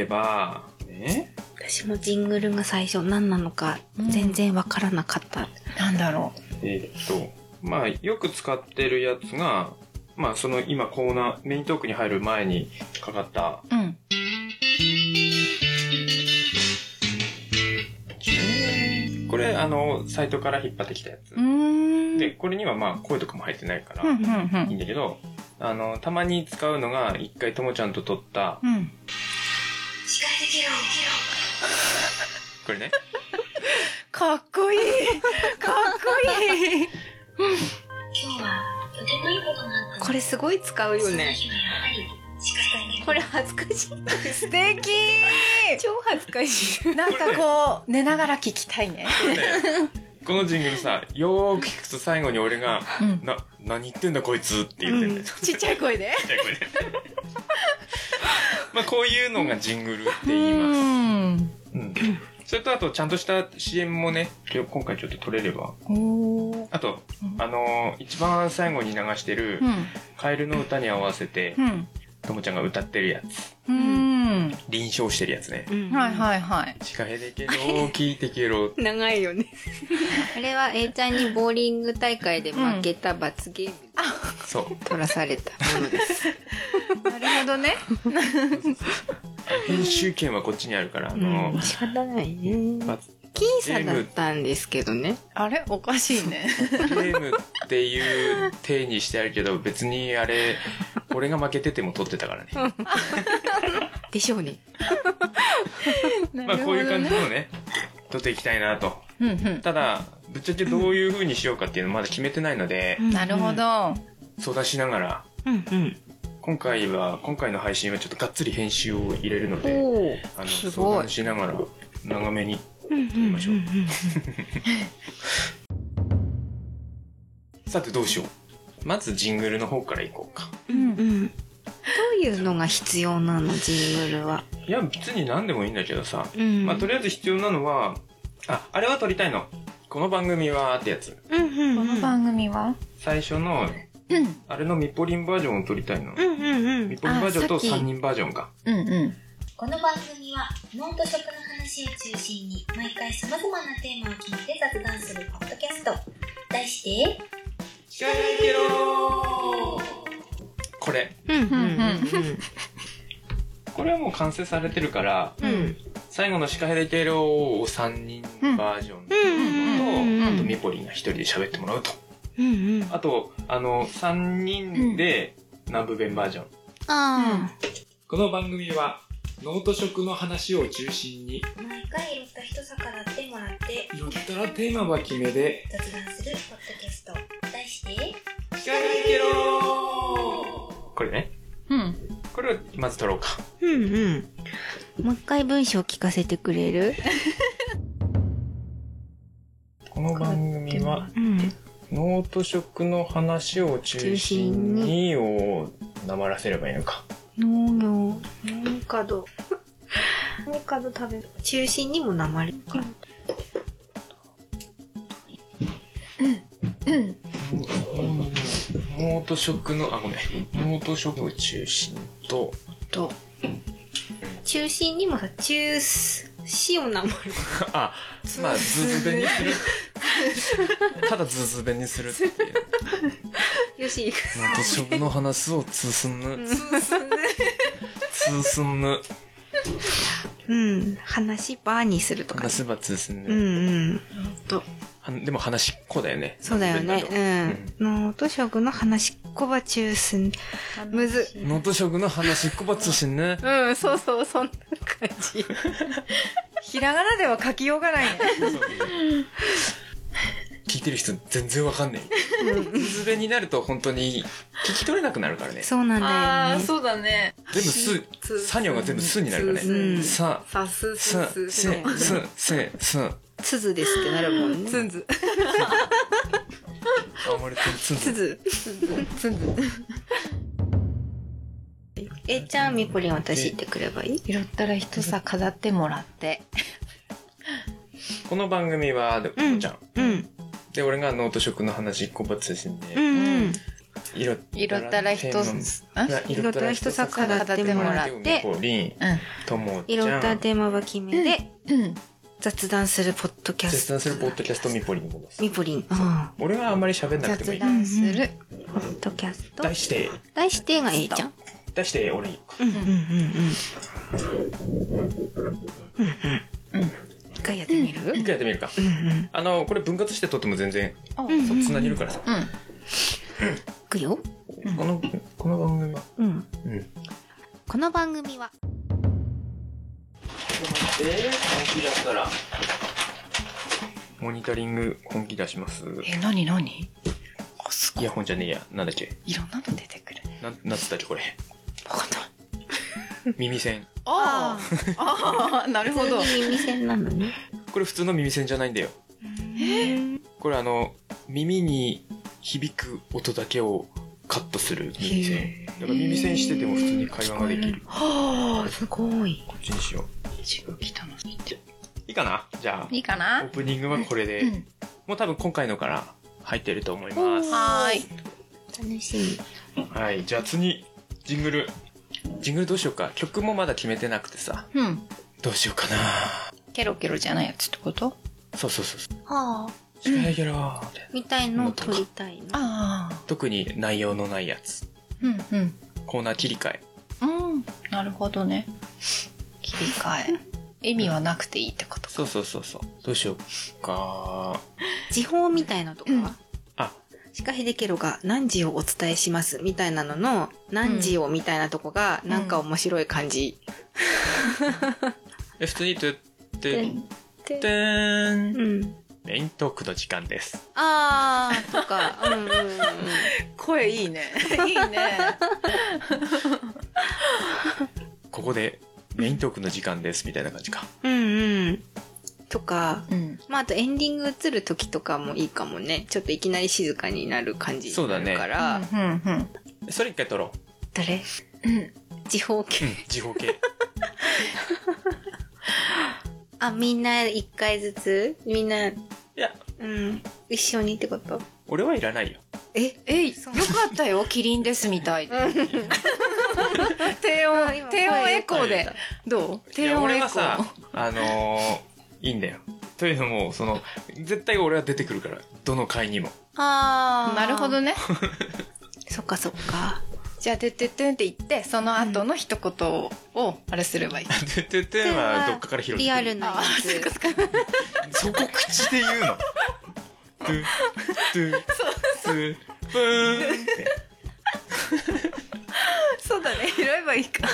Speaker 2: えばえ
Speaker 1: 私もジングルが最初何なのか
Speaker 3: うん
Speaker 1: 全然わからなかった、
Speaker 3: なんだろ
Speaker 2: えーっとまあよく使ってるやつがまあその今コーナーメイントークに入る前にかかった
Speaker 3: ううん
Speaker 2: これあのサイトから引っ張ってきたやつ、
Speaker 3: うーん
Speaker 2: でこれにはまあ声とかも入ってないから、
Speaker 3: うんうんうん
Speaker 2: いいんだけどあのたまに使うのが一回ともちゃんと撮った
Speaker 3: うん
Speaker 2: これ
Speaker 3: *laughs*
Speaker 2: ね
Speaker 3: かっこいいかっこいい
Speaker 1: これすごい使うよねこれ恥ずかしい
Speaker 3: 素敵
Speaker 1: 超恥ずかしい
Speaker 3: なんかこう寝ながら聞きたいね
Speaker 2: でこのジングルさよーく聞くと最後に俺が
Speaker 3: うん
Speaker 2: 「な何言ってんだこいつ」って言ってんだよ、
Speaker 1: うん
Speaker 3: ちっちゃい声で
Speaker 2: ちっちゃい声でまあこういうのがジングルって言います、
Speaker 3: ん
Speaker 2: うん、それとあとちゃんとした CM もね今日今回ちょっと撮れれば
Speaker 3: おー
Speaker 2: あと、
Speaker 3: うん
Speaker 2: あのー一番最後に流してる
Speaker 3: うん
Speaker 2: 「カエルの歌」に合わせて
Speaker 3: うん
Speaker 2: ともちゃんが歌ってるやつ
Speaker 3: うん
Speaker 2: 臨床してるやつね
Speaker 3: はい
Speaker 1: い
Speaker 3: はいはい
Speaker 2: 「近いでけど聞いてけろ」
Speaker 1: 長い *laughs* よねあれは A ちゃんにボーリング大会で負けた罰ゲーム
Speaker 2: そう
Speaker 1: 取らされたものです、
Speaker 3: なるほどね
Speaker 2: 編集権はこっちにあるからあの
Speaker 1: うん、仕方ないね
Speaker 2: 罰
Speaker 1: 僅差だったんですけどね
Speaker 3: あれおかしいね
Speaker 2: ゲームっていう体にしてあるけど別にあれ俺が負けてても撮ってたからね
Speaker 1: でしょうね
Speaker 2: まあこういう感じのね撮っていきたいなと
Speaker 3: うんう
Speaker 2: ただぶっちゃけどういう風にしようかっていうのまだ決めてないので
Speaker 3: んなるほど
Speaker 2: 相談しながら
Speaker 1: うんうん
Speaker 2: 今回は今回の配信はちょっとがっつり編集を入れるので
Speaker 1: おお
Speaker 2: あの
Speaker 3: すごい
Speaker 2: 相談しながら長めに
Speaker 1: うん
Speaker 2: りましょうん
Speaker 1: んん
Speaker 2: さてどうしようまずジングルの方からいこうか
Speaker 1: うんうんどういうのが必要なのジングルは、
Speaker 2: いや別に何でもいいんだけどさ
Speaker 1: うん
Speaker 2: まあとりあえず必要なのはああれは撮りたいのこの番組はってやつ
Speaker 1: うんうん
Speaker 3: この番組は
Speaker 2: 最初の
Speaker 3: うん
Speaker 2: あれのミポリンバージョンを撮りたい
Speaker 1: う
Speaker 2: の
Speaker 1: んうんうん
Speaker 2: ミポリンバージョンと
Speaker 3: あさっき
Speaker 2: 3人バージョンか
Speaker 3: うんうん
Speaker 4: この番組は脳と食の話を中心に毎回さまざまなテーマを決めて雑談するポッドキャスト題して
Speaker 2: 近いけどこれ
Speaker 1: うんうん
Speaker 2: これはもう完成されてるから
Speaker 1: うんうん
Speaker 2: 最後の「シカヘデケロ」を3人バージョン
Speaker 1: うん
Speaker 2: と
Speaker 3: うん
Speaker 2: あとミポリンが1人で喋ってもらうと
Speaker 1: うんうん
Speaker 2: あとあの3人で南部弁バージョン
Speaker 1: あ
Speaker 2: この番組はノート食の話を中心に、
Speaker 4: 毎回いろった人さからってもらって
Speaker 2: よったらテーマは決めで、
Speaker 4: 雑談するポッドキャスト。題して、
Speaker 2: 近いけろこれね。
Speaker 3: うん。
Speaker 2: これをまず撮ろうか。
Speaker 1: うんうん。もう一回文章聞かせてくれる
Speaker 2: この番組は、
Speaker 1: うん。
Speaker 2: ノート食の話を中心にをなまらせればいいのか。
Speaker 1: 農業、農家道。農家道食べる。中心にもなまるから。
Speaker 3: うん。
Speaker 2: ノート食の、あ、ごめん。ノート食を中心と、
Speaker 3: と、
Speaker 1: 中心にもさ、中心をなまる。
Speaker 2: *laughs* あ、まあ、ズズ弁にする。 *laughs* ただズズ弁にするっていう。
Speaker 1: よし。
Speaker 2: ノート食の話をつすぬ。つすぬ。
Speaker 1: うん。話バーにするとか。
Speaker 2: 話せばつす
Speaker 1: うん
Speaker 2: ぬ。
Speaker 1: うん。と、
Speaker 2: はんでも話っこだよね。
Speaker 1: そうだよね。うん。農と食の話っこば中心。むず
Speaker 2: ノート食の話っこばつすぬ。
Speaker 1: うん、そうそう、そんな感 *laughs* じ。
Speaker 3: ひらがなでは書きようがないね。
Speaker 2: 聞いてる人全然わかんない。ズズ弁になると本当に聞き取れなくなるからね。
Speaker 1: そうなんだよね。
Speaker 3: うだね。
Speaker 2: 全部す、さ行が全部すになるから
Speaker 1: う
Speaker 2: ね。
Speaker 1: ん
Speaker 2: さ、
Speaker 3: さす
Speaker 2: す、す、す、す、す。あ、
Speaker 1: つずですってなるもんね。
Speaker 3: つんず。
Speaker 2: 俺、
Speaker 1: つ
Speaker 2: つ、つ、
Speaker 1: ず。
Speaker 3: つんず。
Speaker 1: えーちゃん、みぽりん私ってくればいい
Speaker 3: 拾ったら人さ飾ってもらって。
Speaker 2: この番組は、で、こ
Speaker 1: うん
Speaker 2: うちゃん。
Speaker 1: うん。
Speaker 2: で、俺がノート食の話、こばつしん
Speaker 1: う
Speaker 2: で、
Speaker 1: んうん。
Speaker 2: 色、
Speaker 3: 拾ったら人す、ん
Speaker 1: 色
Speaker 2: 色た
Speaker 1: と
Speaker 2: ら
Speaker 1: 人
Speaker 2: 人さ
Speaker 1: 逆
Speaker 2: か
Speaker 1: だ
Speaker 2: ら
Speaker 1: ってもらっ
Speaker 2: み
Speaker 1: て、
Speaker 2: こりん、
Speaker 3: う
Speaker 2: ともち
Speaker 1: 色
Speaker 2: ゃん。
Speaker 1: たテーマは決めで、
Speaker 3: ん。うん。
Speaker 1: 雑談するポッドキャ
Speaker 2: 絶
Speaker 1: スト。
Speaker 2: 賛するポッドキャストみぽりんでございます。
Speaker 1: みぽりん。うん。
Speaker 2: 俺はあんまり喋んなくてもいい。
Speaker 3: 雑談する。
Speaker 1: ポッドキャスト
Speaker 2: 出。して、
Speaker 1: 題してがえーちゃん。
Speaker 2: 出して、俺いい。
Speaker 1: うんうんうんうん。うんうん。一回やってみる
Speaker 2: 一回やってみるか。
Speaker 1: うんうん。
Speaker 2: あの、これ分割して撮っても全然、
Speaker 3: お
Speaker 1: うん
Speaker 2: そっつなげるからさ。
Speaker 3: うん。
Speaker 1: いくよ。
Speaker 2: この、この番組は、
Speaker 1: うん。
Speaker 2: うん。
Speaker 1: この番組は、
Speaker 2: モニタリング本気出します。
Speaker 3: え、なになにあ、す
Speaker 2: イ
Speaker 3: ごい
Speaker 2: ヤ。ホンじゃねえや。なんだっけ
Speaker 3: いろんなの出てくるね。
Speaker 2: なん、なんつったっけ
Speaker 1: *laughs*
Speaker 2: これ。
Speaker 3: わかんない。
Speaker 2: 耳栓。
Speaker 3: あーあー、なるほど。
Speaker 1: 普通に耳栓なのね。
Speaker 2: これ普通の耳栓じゃないんだよ。
Speaker 1: え
Speaker 2: これあの、耳に響く音だけをカットする耳栓。だから耳栓してても普通に会話ができる。
Speaker 1: はあ、すごい。
Speaker 2: こっちにしよう。
Speaker 3: 自分来たの。
Speaker 2: いいかなじゃ
Speaker 3: いいか
Speaker 2: あ、オ
Speaker 3: な
Speaker 2: ープニングはこれで。
Speaker 3: うん。
Speaker 2: もう多分今回のから入ってると思います。
Speaker 3: はーい。
Speaker 1: 楽しみ。
Speaker 2: はい、じゃあ次、ジングル。ジングルどうしようか。曲もまだ決めてなくてさ。
Speaker 3: うん。
Speaker 2: どうしようかな。
Speaker 3: ケロケロじゃないやつってこと
Speaker 2: そうそうそうそう。
Speaker 1: はあ。
Speaker 2: 近いけど、みたいな
Speaker 1: みたいのを撮りたいの。
Speaker 3: ああ。
Speaker 2: 特に内容のないやつ。
Speaker 3: うんうん。
Speaker 2: コーナー切り替え。
Speaker 3: うん、なるほどね。切り替 *laughs* え。意味はなくていいってことか。
Speaker 2: そうそうそうそう。どうしようか。
Speaker 1: 時報みたいのとか
Speaker 3: うん
Speaker 1: は
Speaker 2: あ、
Speaker 1: シカヘデケロが何時をお伝えしますみたいなのの何時をみたいなとこがなんか面白い感じ。
Speaker 2: え普通に、てって、
Speaker 1: て
Speaker 2: てーん。
Speaker 1: うん。
Speaker 2: メイントークの時間です。
Speaker 1: あーとか、うんうんうん。
Speaker 3: 声いいね。いいね。
Speaker 2: ここで、メイントークの時間です。みたいな感じか。
Speaker 1: うんうん。とか、
Speaker 3: うん。
Speaker 1: まああとエンディング映る時とかもいいかもね。ちょっといきなり静かになる感じ
Speaker 2: そうだ
Speaker 1: にな
Speaker 2: ね
Speaker 1: るから。
Speaker 3: うん、うん、
Speaker 2: それ一回撮ろう。
Speaker 1: 誰
Speaker 3: うん。
Speaker 1: 時報系
Speaker 2: うん、時報系。
Speaker 1: あ、みんな一回ずつみんな、
Speaker 2: *laughs* いや、
Speaker 1: うん、一緒にってこと
Speaker 2: 俺はいらないよ。
Speaker 1: え
Speaker 3: えい、よかったよ、キリンですみたいで。低
Speaker 1: 今
Speaker 3: 音、低音エコー
Speaker 2: 声
Speaker 3: で。どう
Speaker 2: い
Speaker 3: 低
Speaker 2: や
Speaker 3: 音
Speaker 2: 俺
Speaker 3: エコ
Speaker 2: はさ
Speaker 3: ー。
Speaker 2: あのー、いいんだよというのもその絶対俺は出てくるからどの回にも
Speaker 1: あー
Speaker 3: なるほどね。
Speaker 1: そっかそっか。
Speaker 3: じゃあ、てってってんって言って、その後の一言を、あれすればいい。
Speaker 2: 「ててて」はどっかから拾ってくる
Speaker 1: リアルなやつ。
Speaker 2: そこ口で言う
Speaker 1: *laughs*
Speaker 2: の「トゥトゥトゥブーン」って
Speaker 3: そうだね、拾えばいいか。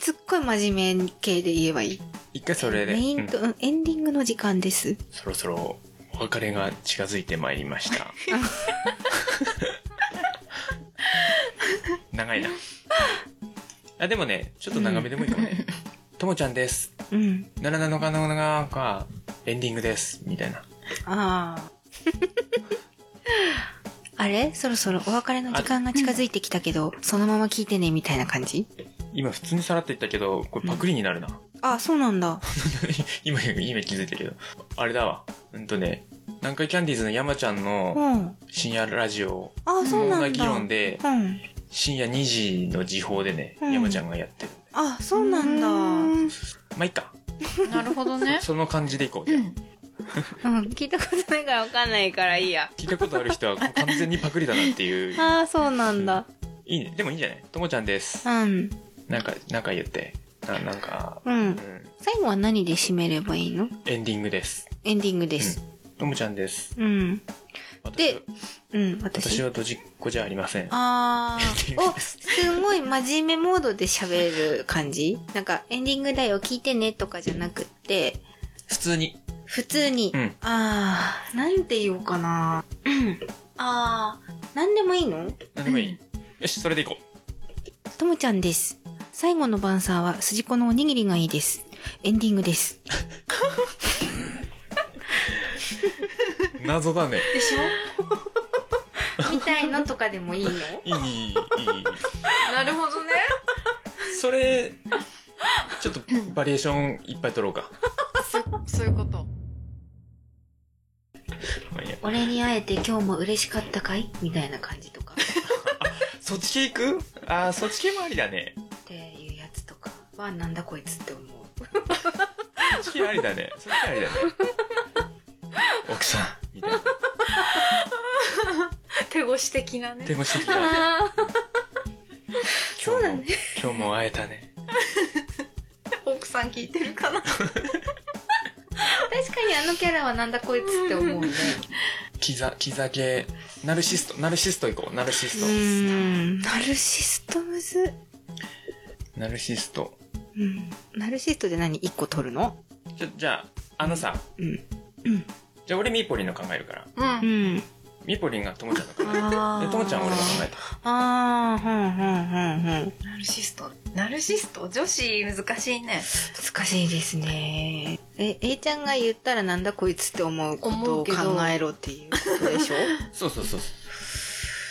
Speaker 1: すっごい真面目系で言えばいい。
Speaker 2: 一回それで、
Speaker 1: メインと、うんエンディングの時間です。
Speaker 2: そろそろお別れが近づいてまいりました
Speaker 1: *laughs*
Speaker 2: 長いなあでもねちょっと長めでもいいかもね「ともちゃんです
Speaker 1: うん。
Speaker 2: 7なのかなのかエンディングです」みたいな
Speaker 1: ああ。 *laughs* あれそろそろお別れの時間が近づいてきたけど、そのまま聞いてね、みたいな感じ
Speaker 2: 今普通にさらって言ったけどこれパクリになるな、
Speaker 1: あ、そうなんだ。
Speaker 2: 今今気づいたけどあれだわうんとね南海キャンディーズの山ちゃんの
Speaker 1: うん。
Speaker 2: 深夜ラジオ
Speaker 1: あ、そう
Speaker 2: こん
Speaker 1: な
Speaker 2: なん議
Speaker 1: だ。う
Speaker 2: 論
Speaker 1: ん。
Speaker 2: で深夜2時の時報でね、
Speaker 1: うん
Speaker 2: 山ちゃんがやってる
Speaker 1: あ、そうなんだ。う、
Speaker 3: うん
Speaker 2: まあいっか
Speaker 3: なるほどね。
Speaker 2: その感じでいこう、
Speaker 3: うん。
Speaker 1: 聞いたことないからわかんないからいいや。
Speaker 2: 聞いたことある人は *laughs* 完全にパクリだなっていう
Speaker 1: ああ、そうなんだ。
Speaker 2: いいねでもいいんじゃないともちゃんです
Speaker 1: うん。
Speaker 2: なんかなんか言ってななんか、
Speaker 1: う。
Speaker 2: うんん、
Speaker 1: 最後は何で締めればいいの
Speaker 2: エンディングです
Speaker 1: エンディングです。
Speaker 2: ともちゃんです
Speaker 1: うん。
Speaker 2: 私
Speaker 1: で
Speaker 2: は
Speaker 1: うん、私。
Speaker 2: 私はドジっ子じゃありません
Speaker 1: あ
Speaker 2: *laughs* エンディン
Speaker 1: あ。
Speaker 2: グ
Speaker 1: お、すごい真面目モードで喋る感じなんか、エンディングだよ、聞いてね、とかじゃなくって、
Speaker 2: 普通に
Speaker 1: 普通に。
Speaker 2: うん
Speaker 1: ああ、なんて言おうかな。 *clears throat* うん。ああ、なんでもいいの
Speaker 2: 何でもいい、よしそれでいこう
Speaker 1: ともちゃんです。最後の晩餐は筋子のおにぎりがいいです。エンディングです。
Speaker 2: 謎だね。
Speaker 1: でしょみたいのとかでも *laughs* いいの
Speaker 2: *laughs* いい、いい。
Speaker 1: なるほどね。
Speaker 2: それ、ちょっとバリエーションいっぱい取ろうか。
Speaker 3: *laughs* そそういうこと。
Speaker 2: まあいいや
Speaker 1: 俺に会えて今日も嬉しかったかいみたいな感じとか。
Speaker 2: そっち系行くああ、そっち系もありだね。
Speaker 1: っていうやつとかはなんだこいつって思う。
Speaker 2: そっち系ありだね。そっち系あり *laughs* だね。奥さん、みたいな。
Speaker 1: 手越し的なね。
Speaker 2: でも素敵だ。
Speaker 1: そうだね。
Speaker 2: 今日も会えたね。
Speaker 3: 奥さん聞いてるかな
Speaker 1: 確かにあのキャラはなんだこいつって思うね。
Speaker 2: キザ、キザ系。ナルシスト、ナルシスト行こう。ナルシス
Speaker 1: う
Speaker 2: ト。
Speaker 1: ん。ナルシストむず。
Speaker 2: ナルシスト。
Speaker 1: うん。ナルシストで何一個取るの
Speaker 2: ちょ、じゃあ、あのさ、
Speaker 1: うん。
Speaker 2: じゃあ俺ミーポリンの考えるから。
Speaker 3: う。
Speaker 1: うんん。
Speaker 2: ミーポリンがともちゃんの考える。
Speaker 1: あ
Speaker 2: で、ともちゃんは俺の考えた。
Speaker 1: ああ、ふんふんふんふん。
Speaker 3: ナルシスト。ナルシスト女子難しいね。
Speaker 1: 難しいですね。え、A ちゃんが言ったらなんだこいつって思うこ
Speaker 3: 思
Speaker 1: と
Speaker 3: う
Speaker 1: を
Speaker 3: け
Speaker 1: 考
Speaker 3: ど
Speaker 1: えろっていうことでし *laughs* ょ
Speaker 2: そうそうそうそ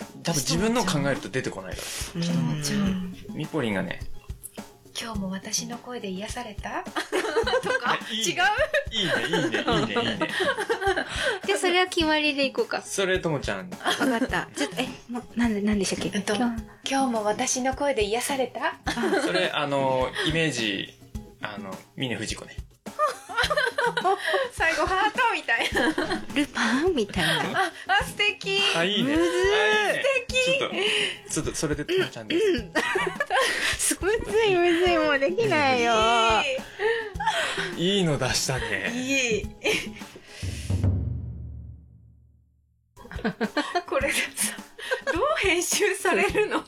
Speaker 2: う多分自分の考えると出てこないか
Speaker 1: う
Speaker 3: ともちゃん
Speaker 2: らミポリンがね
Speaker 3: 今日も私の声で癒されたと
Speaker 2: あ
Speaker 3: か
Speaker 2: いい
Speaker 3: 違う
Speaker 2: いいねいいねいいねいいね
Speaker 1: じゃあそれは決まりでいこうか。
Speaker 2: それともちゃん
Speaker 1: わかった。ちょっと、え、もうなんで、なんでしたっけ
Speaker 3: えっと
Speaker 1: 今日
Speaker 3: 今日も私の声で癒された
Speaker 2: それあのイメージあの峰不二子ね
Speaker 3: 最後ハートみたいな。
Speaker 1: ルパンみたいな。
Speaker 3: *laughs* あ、あ素敵
Speaker 2: あいいね
Speaker 1: むずー
Speaker 2: あいいねちょっとちょっとそれでともちゃんです
Speaker 1: すごいむずいむずいもうできないよ。
Speaker 2: いいの出したね
Speaker 3: い *laughs* い。これがさ、どう編集される *laughs* の？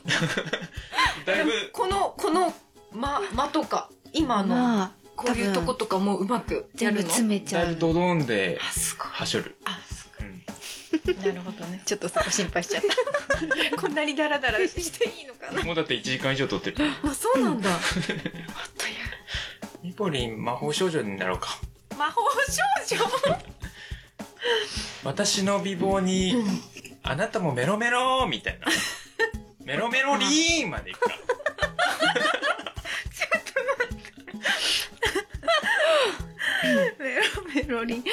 Speaker 2: だいぶ
Speaker 3: でもこのこの間間とか今の
Speaker 1: まあ、
Speaker 3: こういうとことかもううまくや
Speaker 1: 全部
Speaker 3: るの？
Speaker 1: 詰めち
Speaker 2: だ
Speaker 1: ゃ
Speaker 2: いうぶ。ドドンで
Speaker 3: あすごい。
Speaker 2: はしょる
Speaker 3: あす
Speaker 2: うん
Speaker 3: ごいなるほどね。ちょっとそこ心配しちゃった。こんなにダラダラしていいのかな？
Speaker 2: もうだって1時間以上撮ってる
Speaker 3: *laughs* あそうなんだ。
Speaker 2: ミ *gasps* ポリン魔法少女になろうか
Speaker 3: 魔法少女。
Speaker 2: 私の美貌にあなたもメロメロみたいな。メロメロリーンまでいくから。
Speaker 3: メロメロリン。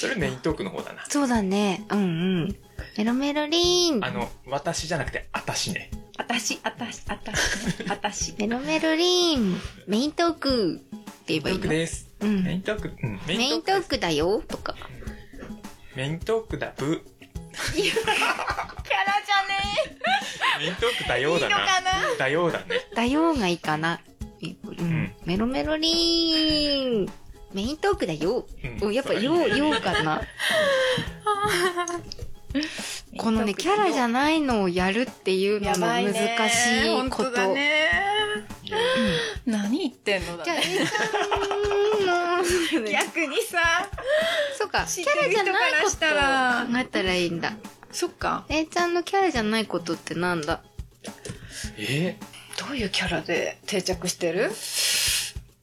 Speaker 2: それメイントークの方だな。
Speaker 1: そうだね。うんうん。メロメロリーン
Speaker 2: あ。の、私じゃなくて、あたしね。
Speaker 3: あたしあたしあたしねあたし。
Speaker 1: メロメロリーン。メイントークって言えば
Speaker 2: メイ
Speaker 1: い
Speaker 2: ン
Speaker 1: い
Speaker 2: トーク
Speaker 1: の
Speaker 2: です。
Speaker 1: うん。
Speaker 2: メ
Speaker 1: メ
Speaker 2: イントーク、うん、メ
Speaker 1: イントークだよとか。
Speaker 2: メイントークだ、ぶ。
Speaker 3: キャラじゃね
Speaker 2: メイントークだようだな。だようだね。
Speaker 1: だよがいいかな。うん。メロメロリーン。メイントークだよ。
Speaker 2: うん
Speaker 1: うんやっぱ
Speaker 2: そう
Speaker 1: よう、
Speaker 2: いいね
Speaker 1: ようかな。このねキャラじゃないのをやるっていうのも
Speaker 3: やばい
Speaker 1: 難し
Speaker 3: ね
Speaker 1: いこ
Speaker 3: 本当
Speaker 1: と。
Speaker 3: だね
Speaker 1: うん
Speaker 3: 何言ってんのだ
Speaker 1: じゃあ、
Speaker 3: ね
Speaker 1: えいちゃんもそうだね、
Speaker 3: 逆にさ
Speaker 1: そうか、キ
Speaker 3: 知って
Speaker 1: ャラ
Speaker 3: る
Speaker 1: じ
Speaker 3: 人
Speaker 1: ゃない
Speaker 3: から
Speaker 1: こと
Speaker 3: したら
Speaker 1: を考えたらいいんだ。
Speaker 3: そっか
Speaker 1: えいちゃんのキャラじゃないことってなんだ
Speaker 2: え
Speaker 3: どういうキャラで定着してる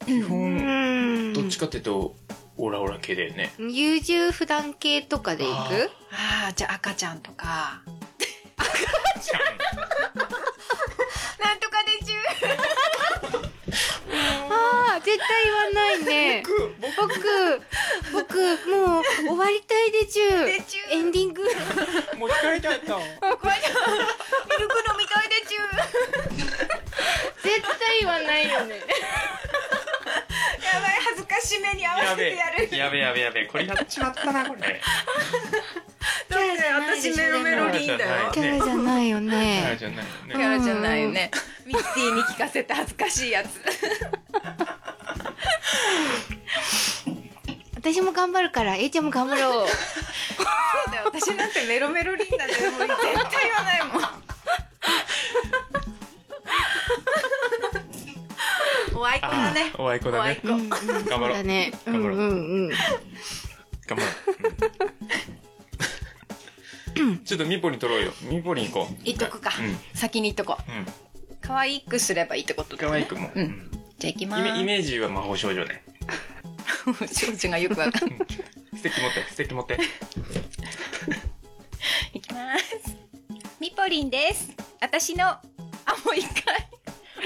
Speaker 2: 基
Speaker 1: う
Speaker 2: 本、
Speaker 1: ん
Speaker 2: どっちかっていうと、オラオラ系だよね。
Speaker 1: 優柔不断系とかでい
Speaker 2: あ
Speaker 1: く
Speaker 3: ああじゃあ赤ちゃんとかなんとかでちゅ
Speaker 1: ああー絶対言わないね。僕、僕、もう終わりたいでちゅ
Speaker 3: うでちゅう
Speaker 1: エンディング。
Speaker 2: もう疲れちゃった。
Speaker 3: これミルク飲みたいでちゅ
Speaker 1: 絶対言わないよね。
Speaker 3: やばい恥ずかしめに合わ
Speaker 2: や
Speaker 3: せ
Speaker 2: べ
Speaker 3: てやる
Speaker 2: え、やべえ、やべえ、やべえ、これやっちまったな、これ。
Speaker 3: どうせ私メロメロリンだよ
Speaker 1: キャラじゃないよ
Speaker 2: あれ
Speaker 1: ね。
Speaker 2: じゃない
Speaker 3: キ
Speaker 2: よね。
Speaker 3: ャラじゃないよねミキティに聞かせて恥ずかしいやつ
Speaker 1: 私も頑張るから、えいちゃんも頑張ろう。
Speaker 3: そうだよ私なんてメロメロリンだってもう *laughs* 絶対言わないもん *laughs* おあいこだね
Speaker 2: あーおあいこだね。
Speaker 3: おあいこ
Speaker 1: うんうんそう
Speaker 2: 頑張ろ
Speaker 1: だ
Speaker 2: う。
Speaker 1: ね。う
Speaker 2: 頑
Speaker 1: ん
Speaker 2: 張
Speaker 1: う
Speaker 2: ろうん
Speaker 1: うん。
Speaker 2: 頑張ろう。ちょっとミポリン取ろうよ。ミポリン行こう。
Speaker 3: 言っとくか、
Speaker 2: うん。
Speaker 3: 先に言っとこう
Speaker 2: うん。
Speaker 3: 可愛くすればいいってこと
Speaker 2: 可
Speaker 3: だよね
Speaker 2: 愛くも。
Speaker 3: う
Speaker 2: うんん。
Speaker 3: じゃあ行きま
Speaker 2: イメ
Speaker 3: ー
Speaker 2: イ
Speaker 3: *laughs*
Speaker 2: メージは魔法少女ね。
Speaker 3: す少女がよくわかんない
Speaker 2: ステッキ持って、ステッキ持って。
Speaker 3: 行きますみぽりんです私のあもう一回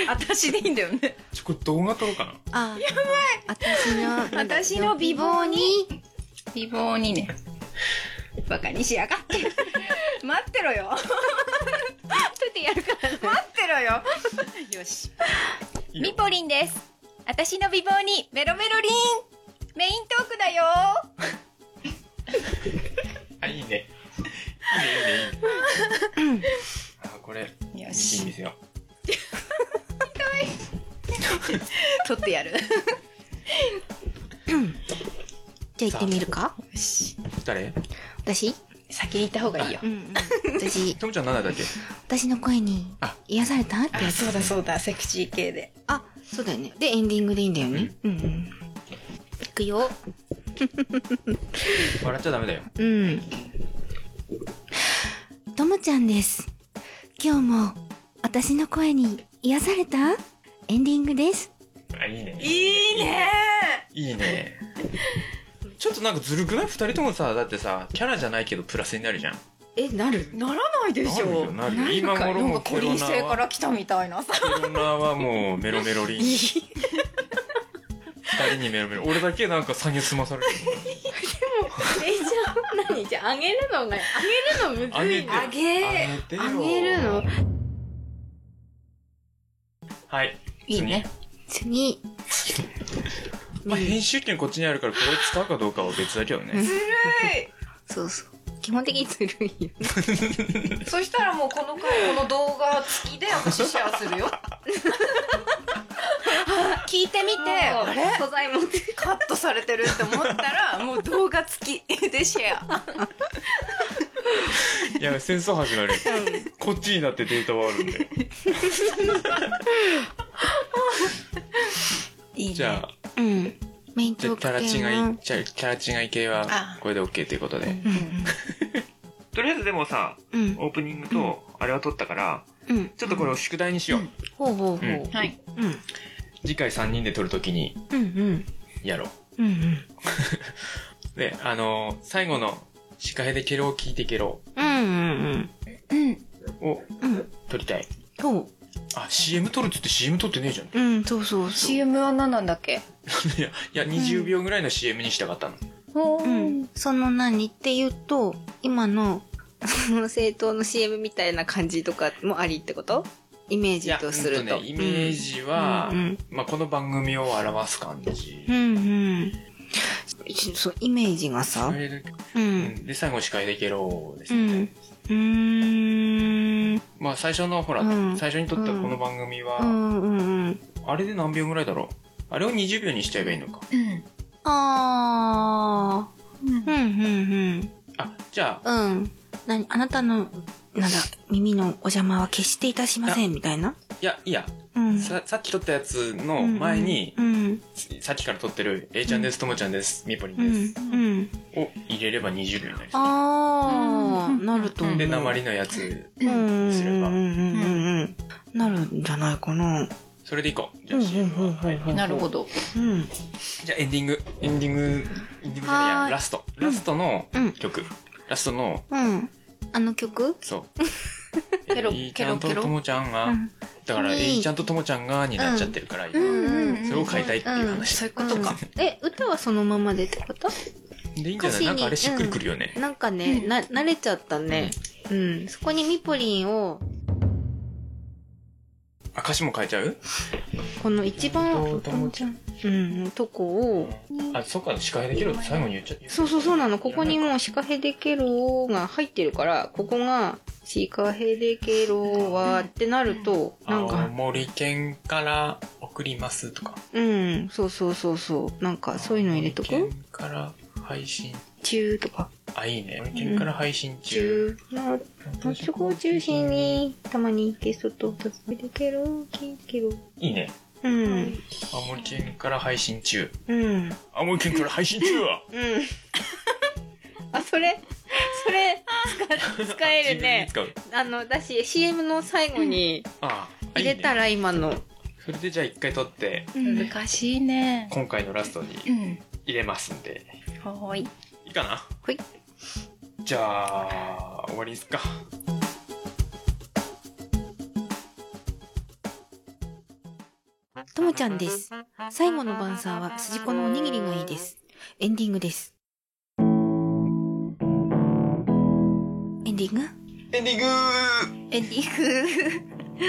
Speaker 3: 私でいいんだよね
Speaker 2: ちょ、これ動画撮ろうかな。
Speaker 1: あ、やばい。私の、なんだ
Speaker 3: 私の美貌に。美貌にねバカにしやがって待ってろよ
Speaker 1: ちょっとやるから。
Speaker 3: 待ってろよよし
Speaker 2: いいよ
Speaker 3: みぽりんです私の美貌にメロメロリンメイントークだよ
Speaker 2: あ、 *laughs* いいね。いいね、いいね、いいね。あ、これ、
Speaker 3: よ
Speaker 2: いいん
Speaker 3: し
Speaker 2: ですよ。
Speaker 3: 撮ってやるよ
Speaker 1: じゃあ行ってみるか
Speaker 3: し
Speaker 2: 誰
Speaker 1: 私
Speaker 3: 先に行った方がいいよ
Speaker 1: うんうん。私、
Speaker 2: ともちゃん何だっけ
Speaker 1: 私の声に
Speaker 2: あ
Speaker 1: 癒されたってやつ。
Speaker 3: だそうだセクシー系で
Speaker 1: あ、そうだよね。で、エンディングでいいんだよね。うんうん。いくよ。
Speaker 2: 笑っちゃダメだよ。
Speaker 1: うん。ともちゃんです。今日も私の声に癒されたエンディングです。
Speaker 2: あ、いいね。
Speaker 3: いいね
Speaker 2: いいね。ちょっとなんかずるくない二人ともさ、だってさ、キャラじゃないけどプラスになるじゃん。
Speaker 1: え、なる
Speaker 3: ならないでしょ
Speaker 2: なるよなるよ
Speaker 3: なんか
Speaker 2: 今頃も
Speaker 3: なんかコリン星から来たみたいなさ
Speaker 2: ペロナはもうメロメ
Speaker 3: *laughs*
Speaker 2: ロリン。二人にメロメロ。俺だけなんか詐欺済まされる。
Speaker 1: え、じゃあ、何じゃあ、あげるのが、あげるのむ
Speaker 2: あげて。
Speaker 1: あげ
Speaker 2: てよ
Speaker 1: あげるの
Speaker 2: はい。
Speaker 3: いいね
Speaker 1: 次。
Speaker 2: まあ、編集権こっちにあるからこれ使うかどうかは別だけどね。
Speaker 3: ずる
Speaker 1: そうそう。基本的にずるいよ。
Speaker 3: *laughs* いそしたらもうこの回この動画付きで私シェアするよ聞いてみてあれ
Speaker 1: 素材持って
Speaker 3: カットされてるって思ったらもう動画付きでシェア
Speaker 2: いや、戦争始まる。こっちになってデータはあるんで。
Speaker 3: いいね
Speaker 2: じゃあ、
Speaker 1: うん。メイン
Speaker 2: じ
Speaker 1: トー
Speaker 2: ゃあ
Speaker 1: ク
Speaker 2: キャラ
Speaker 1: 系
Speaker 2: 違い
Speaker 1: は、
Speaker 2: じゃあキャラ違い系
Speaker 3: あ
Speaker 2: はこれで OK ということで。 *laughs* とりあえずでもさ、
Speaker 1: うん。
Speaker 2: オープニングとあれは撮ったから、
Speaker 1: うん。
Speaker 2: ちょっとこれを宿題にしよう。
Speaker 1: ほうほうほう。
Speaker 2: うん
Speaker 3: はい
Speaker 1: うん。
Speaker 2: 次回3人で撮るときに
Speaker 1: うんうん。
Speaker 2: やろ
Speaker 1: うんうん。
Speaker 2: う。で、あのー最後の司会でケロを聞いてケロ
Speaker 1: うんうん
Speaker 3: うん
Speaker 2: を
Speaker 1: うん。うん。
Speaker 2: 撮りたい。
Speaker 1: そ
Speaker 2: あ、CM 撮るっつって CM 撮ってねえじ
Speaker 1: *laughs*
Speaker 2: ゃん。
Speaker 1: う。うん、そうそうそう。
Speaker 3: CM は何なんだっけ
Speaker 2: いや、いや、20秒ぐらいの CM にしたかったの。
Speaker 3: お
Speaker 1: う
Speaker 3: ー
Speaker 1: ん。その何って言うと、今の、 *laughs* その政党の CM みたいな感じとかもありってことイメー
Speaker 2: い
Speaker 1: ジ
Speaker 2: や、
Speaker 1: とする
Speaker 2: うんと
Speaker 1: と。
Speaker 2: ね、イメージは、
Speaker 1: うん
Speaker 2: まあ、この番組を表す感じ
Speaker 1: う。んうん。そう、イメージがさ。う。
Speaker 2: うんんで、最後司会でケロです
Speaker 1: う
Speaker 2: ね。
Speaker 1: ん。うーん。
Speaker 2: まあ、最初の、ほら、
Speaker 1: うん
Speaker 2: 最初に撮ったこの番組は、
Speaker 1: うんうんうん。
Speaker 2: あれで何秒ぐらいだろうあれを20秒にしちゃえばいいのか。
Speaker 3: うん
Speaker 1: あー。うんうんうん。
Speaker 2: あ、じゃあ、
Speaker 1: うん。なに、あなたの、なんだ、耳のお邪魔は決していたしません、みたいな。
Speaker 2: いや、いや、
Speaker 1: うん。
Speaker 2: ささっき撮ったやつの前に、
Speaker 1: うん。うん。
Speaker 2: さっきから撮ってる、A ちゃんです、ともちゃんです、みぽり
Speaker 1: うん
Speaker 2: です、
Speaker 1: ん。うん。
Speaker 2: を入れれば20秒になりそ
Speaker 1: あ
Speaker 3: うん
Speaker 1: ー、なると思
Speaker 2: う。
Speaker 1: う。
Speaker 2: で、鉛のやつ、
Speaker 1: うんうん
Speaker 2: すれば
Speaker 1: うんうんうんうん。なるんじゃないかな。
Speaker 2: それでいこう。じゃあ、
Speaker 1: うんうんうん
Speaker 2: CM ははい
Speaker 1: うん
Speaker 3: なるほど。
Speaker 1: うん。
Speaker 2: じゃあ、エンディング、エンディング、エンディングじゃない
Speaker 1: はー
Speaker 2: や
Speaker 1: い
Speaker 2: ラスト。ラストの
Speaker 1: うん
Speaker 2: 曲。ラストの、
Speaker 1: うん。あの曲
Speaker 2: そう。
Speaker 3: *laughs* ケロ
Speaker 2: えいちゃんと
Speaker 3: ケロケロ
Speaker 2: ともちゃんが、
Speaker 1: うん
Speaker 2: だから、
Speaker 1: に
Speaker 2: えいちゃんとともちゃんがになっちゃってるから、
Speaker 1: う
Speaker 2: 今
Speaker 1: んうん。
Speaker 2: それを変えたいっていう話。
Speaker 3: そういうことか。
Speaker 1: うん。え、歌はそのままでってこと
Speaker 2: で、いいんじゃな
Speaker 1: 歌詞
Speaker 2: い
Speaker 1: に
Speaker 2: なんかあれしっくりくるよね。
Speaker 1: なんかね、
Speaker 3: うん
Speaker 1: な、慣れちゃったね。うん。そこにミポリンを、
Speaker 2: あ、歌詞も変えちゃう
Speaker 1: この一
Speaker 2: ど
Speaker 1: 番、
Speaker 2: うともちゃん
Speaker 1: うん、とこを、
Speaker 2: あ、そっか、司会できるって最後に言っちゃって。
Speaker 1: そうそうそうなの。ここにもうシカヘデケロが入ってるから、ここがシカヘデケロはってなると、なん
Speaker 2: 青
Speaker 1: か、
Speaker 2: 森県から送りますとか。
Speaker 1: うん、そうそうそうそう。なんかそういうの入れと
Speaker 2: 青
Speaker 1: く
Speaker 2: 森県から配信。
Speaker 1: チューとか。
Speaker 2: あ、いいね。青森県から配信
Speaker 1: チ
Speaker 2: 中。
Speaker 1: ューの、のとこを中心。に、たまにゲストと、たヘデケロ、キーケロ。
Speaker 2: いいね。
Speaker 1: うん、
Speaker 2: 青森県から配信中。
Speaker 1: うん。
Speaker 2: 青森県から配信中は
Speaker 1: うん。あ、それ、それ、使使えるね。
Speaker 2: 自分で使う。
Speaker 1: あの、だし、CM の最後に
Speaker 2: ああ、
Speaker 1: 入
Speaker 2: いいね
Speaker 1: れたら今の。
Speaker 2: それでじゃあ一回撮って、
Speaker 1: うん
Speaker 3: 難しいね。
Speaker 2: 今回のラストに
Speaker 3: うん。
Speaker 2: 入れますんで。
Speaker 3: はーい。
Speaker 2: いいかな
Speaker 1: ほい。
Speaker 2: じゃあ、終わりにすっか。
Speaker 1: ともちゃんです。最後の晩餐は筋子のおにぎりがいいです。エンディングです。エンディング
Speaker 2: エンディング
Speaker 1: エンディング。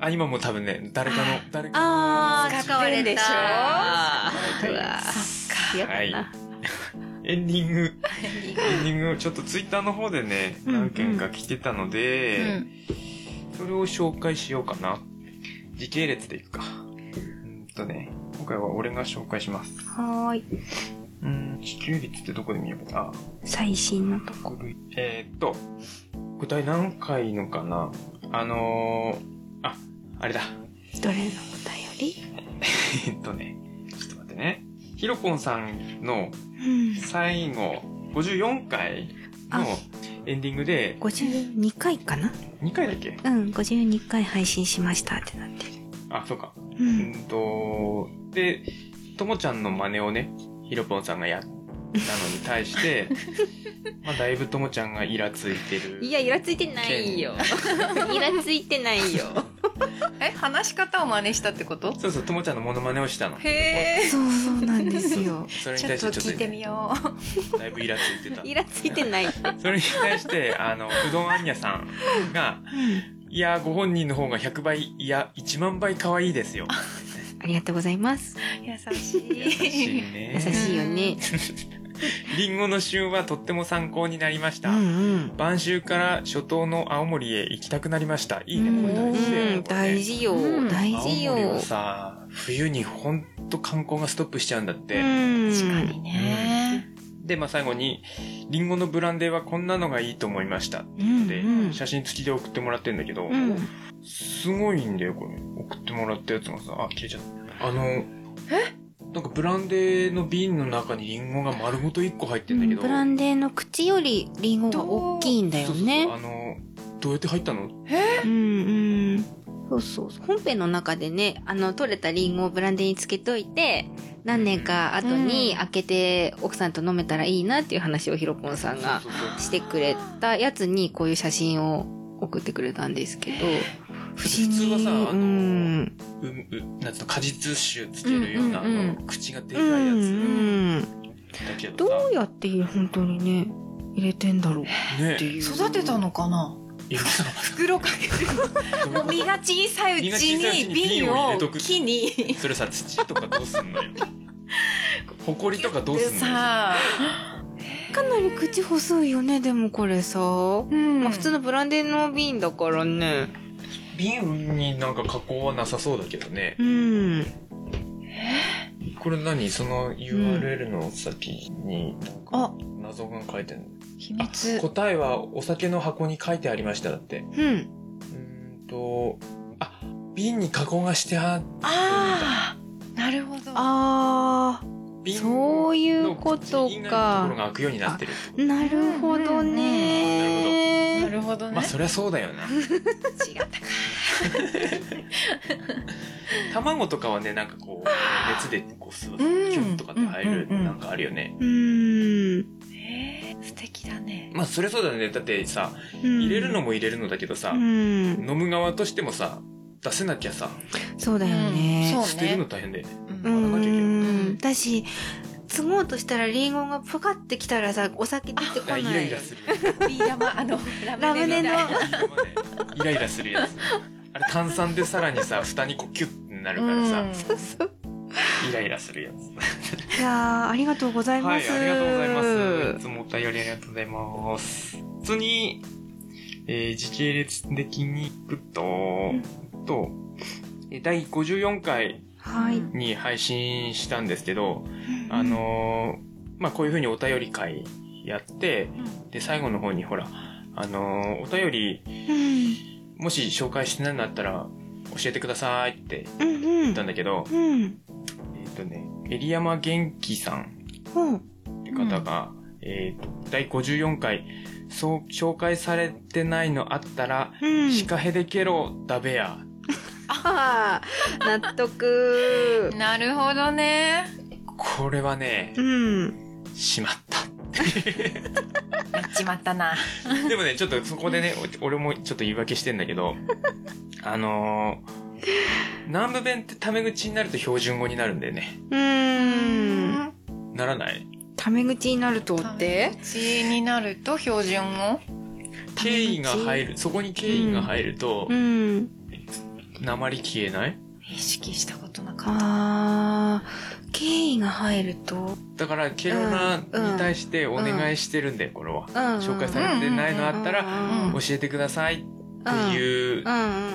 Speaker 2: あ、今もう多分ね、誰かの、誰かの。
Speaker 1: あー、
Speaker 3: 使ってんでしょ
Speaker 1: うわー。やだな
Speaker 2: はい *laughs* エンディング。エンディングをちょっとツイッターの方でね、
Speaker 1: うん
Speaker 2: 何件か来てたの
Speaker 3: う
Speaker 2: で、
Speaker 3: ん。
Speaker 2: それを紹介しようかな。時系列でいくか。うんとね、今回は俺が紹介します。
Speaker 1: はーい。
Speaker 2: うん、地球率ってどこで見ようかな。
Speaker 1: 最新のとこ。
Speaker 2: 国類えーっと、具体何回のかなあのー、あ、あれだ。
Speaker 1: どれのお便り
Speaker 2: えっとね、ちょっと待ってね。ひろこんさんの
Speaker 1: うん。
Speaker 2: 最後、54回の
Speaker 1: あ
Speaker 2: エンディングで、
Speaker 1: 52回かな
Speaker 2: 2回だっけ
Speaker 1: うん、52回配信しましたってなってる。
Speaker 2: あ、そうか。
Speaker 1: う。
Speaker 2: うんんと、で、ともちゃんの真似をね、ひろぽんさんがやったのに対
Speaker 1: *laughs*
Speaker 2: して、まあ、だいぶともちゃんがイラついてる。
Speaker 1: いや、イラついてないよ。イラついてないよ。
Speaker 3: え、話し方を真似したってこと
Speaker 2: そうそう、ともちゃんのモノマネをしたの。
Speaker 3: へえ。
Speaker 1: そうそうなんですよ。
Speaker 2: *laughs* それに
Speaker 3: ちょ
Speaker 2: 対
Speaker 3: っ
Speaker 2: して
Speaker 3: と
Speaker 2: ちょっ
Speaker 3: 聞いて
Speaker 2: と
Speaker 3: みよう。
Speaker 2: だいぶイラついてた。
Speaker 1: イラついてないって。
Speaker 2: それに対して、あの、うどんあんにゃさんが、いや、ご本人の方が100倍、いや、1万倍可愛いですよ。
Speaker 1: ありがとうございます。
Speaker 3: 優し
Speaker 2: 優しい
Speaker 3: い。
Speaker 2: ね。
Speaker 1: 優しいよね。
Speaker 2: リンゴの旬はとっても参考になりまし
Speaker 1: う
Speaker 2: た。
Speaker 1: ん
Speaker 2: 晩秋から初冬の青森へ行きたくなりました。いいね、
Speaker 3: う
Speaker 2: これ大
Speaker 1: う
Speaker 2: 事だよね
Speaker 1: ん。
Speaker 2: これね
Speaker 1: 大事よ。
Speaker 3: うん
Speaker 1: 大事よ。
Speaker 2: 青森は
Speaker 1: う
Speaker 2: さ、冬にほんと観光がストップしちゃうんだって。
Speaker 1: ん。
Speaker 3: 確かにね。
Speaker 2: で、まあ、最後に、リンゴのブランデーはこんなのがいいと思いました。
Speaker 1: うん。
Speaker 2: で、
Speaker 1: うん。
Speaker 2: 写真付きで送ってもらってんだけど、
Speaker 1: うん。
Speaker 2: すごいんだよ、これ。送ってもらったやつがさ、あ、消えちゃった。あの、えなんかブランデーの瓶の中にリンゴが丸ごと1個入ってんだけど。
Speaker 1: ブランデーの口よりリンゴが大きいんだよ
Speaker 2: そうそうそう
Speaker 1: ね。
Speaker 2: あの、どうやって入ったの
Speaker 1: うんうん。そうそうそう。本編の中でね、あの、取れたリンゴをブランデーにつけといて、何年か後に
Speaker 3: うん
Speaker 1: 開けて奥さんと飲めたらいいなっていう話をヒロポンさんが
Speaker 2: そうそうそう
Speaker 1: してくれたやつにこういう写真を送ってくれたんですけど、不思議。
Speaker 2: 普通はさあの
Speaker 1: うん。
Speaker 2: ううなんつうの果実酒つけるような、
Speaker 1: うんうんうん
Speaker 2: あの口がで
Speaker 1: う
Speaker 2: かいや
Speaker 1: ん
Speaker 2: つ
Speaker 1: うん。
Speaker 2: だけどさ、
Speaker 1: どうやって本当にね、入れてんだろうって
Speaker 2: ね
Speaker 1: いう。
Speaker 3: 育てたのかない
Speaker 2: やさ
Speaker 3: 袋かけて
Speaker 2: どういう
Speaker 3: も
Speaker 2: こ
Speaker 3: う身が小さいうち
Speaker 2: 身が小さいうちに
Speaker 3: に
Speaker 2: 瓶
Speaker 3: 瓶
Speaker 2: を入れと
Speaker 3: を
Speaker 2: く
Speaker 3: 木に
Speaker 2: とそれさ土とかどうすんのよほこりとかどうすんのよ
Speaker 3: さあ、
Speaker 1: かなり口細いよね、でもこれさ。
Speaker 3: うん
Speaker 1: まあ普通のブランデーの瓶だからね。
Speaker 2: 瓶になんか加工はなさそうだけどね
Speaker 1: うん。
Speaker 2: これ何その URL の先になんか謎が書いてるの、
Speaker 3: 秘密。
Speaker 2: 答えはお酒の箱に書いてありましただって。
Speaker 1: うん。
Speaker 2: うーんと、あ、瓶に加工がしてあ、
Speaker 3: ああ、なるほど。
Speaker 1: あ
Speaker 2: 瓶
Speaker 1: そういうことか
Speaker 2: の口以外のところが開くようになってる。
Speaker 1: ー、なるほど
Speaker 3: な
Speaker 1: ね。
Speaker 3: るほどね。
Speaker 2: まあそりゃそうだよね。
Speaker 3: 違ったか。
Speaker 2: 卵とかはね、なんかこう、熱でこう、すキ
Speaker 3: ん
Speaker 2: ュンとかって入
Speaker 3: う
Speaker 2: る、
Speaker 3: んうんうん
Speaker 2: なんかあるよね。
Speaker 1: うーん。
Speaker 3: えー素敵だね。
Speaker 2: まあそりゃそうだよね。だってさ、
Speaker 1: 入
Speaker 2: 入れるのも入れるのだけどさ
Speaker 1: う、ん。
Speaker 2: 飲む側としてもさ、出せなきゃさ、
Speaker 1: そうだよね。
Speaker 3: そうね
Speaker 2: 捨てるの大変で。
Speaker 3: うん
Speaker 1: う
Speaker 2: 割らなきゃいけない
Speaker 1: ん。だし、継ごうとしたらリンゴがぷかってきたらさ、お酒出てこ
Speaker 2: あ
Speaker 1: ない。
Speaker 2: イライラする。
Speaker 3: ビー玉、あの、ラ
Speaker 1: ラ
Speaker 3: ム
Speaker 1: ム
Speaker 3: ネ
Speaker 1: ネ
Speaker 3: の
Speaker 1: の。
Speaker 2: イライラするやつ。あれ炭酸でさらにさ、蓋にこうキュッてなるからさ、
Speaker 3: うん
Speaker 2: イライラするやつ。
Speaker 1: いやーありがとうござい
Speaker 2: は
Speaker 1: ま
Speaker 2: い、
Speaker 1: す。
Speaker 2: ありがとうございます。いつもお便りありがとうございます。普通に、えー時系列的にいくと、と、えー第54回
Speaker 1: は
Speaker 3: う
Speaker 1: い
Speaker 3: ん。
Speaker 2: に配信したんですけど、あのーまあ、こういう風にお便り会やって、で、最後の方にほら、あのーお便り、
Speaker 1: うん。
Speaker 2: もし紹介してないんだったら、教えてくださいって
Speaker 1: うんう
Speaker 2: 言っ
Speaker 1: ん
Speaker 2: た。んだけど、
Speaker 1: うん。
Speaker 2: えっ、とね、エリヤマ元気さん
Speaker 1: ほう。
Speaker 2: って方が、えーと第54回そう紹介されてないのあったら「
Speaker 1: うん。
Speaker 2: シカヘデケロダベア
Speaker 1: ああ、納 *laughs* 得。
Speaker 3: なるほどね。」
Speaker 2: これはね
Speaker 1: うん。
Speaker 2: しまった
Speaker 3: やっちまったな。
Speaker 2: でもねちょっとそこでねお俺もちょっと言い訳してんだ
Speaker 1: *laughs*
Speaker 2: けどあのー南部弁ってタメ口になると標準語になるんだよね
Speaker 1: うーん。
Speaker 2: ならない
Speaker 1: タメ口になるとって
Speaker 3: ちになると標準語
Speaker 1: タメ
Speaker 2: 敬
Speaker 1: 口
Speaker 2: 意が入るそこに敬意が入ると
Speaker 1: うん。
Speaker 2: 鉛消えない
Speaker 3: 意識したことなかった。
Speaker 1: あー、敬意が入ると。
Speaker 2: だからケロナに対してお願いしてるんだよこれは
Speaker 1: うん。
Speaker 2: 紹介
Speaker 3: れ
Speaker 2: されてないのあったら
Speaker 1: うん
Speaker 2: 教えてくださいってい
Speaker 1: うんう
Speaker 2: う、
Speaker 1: ん。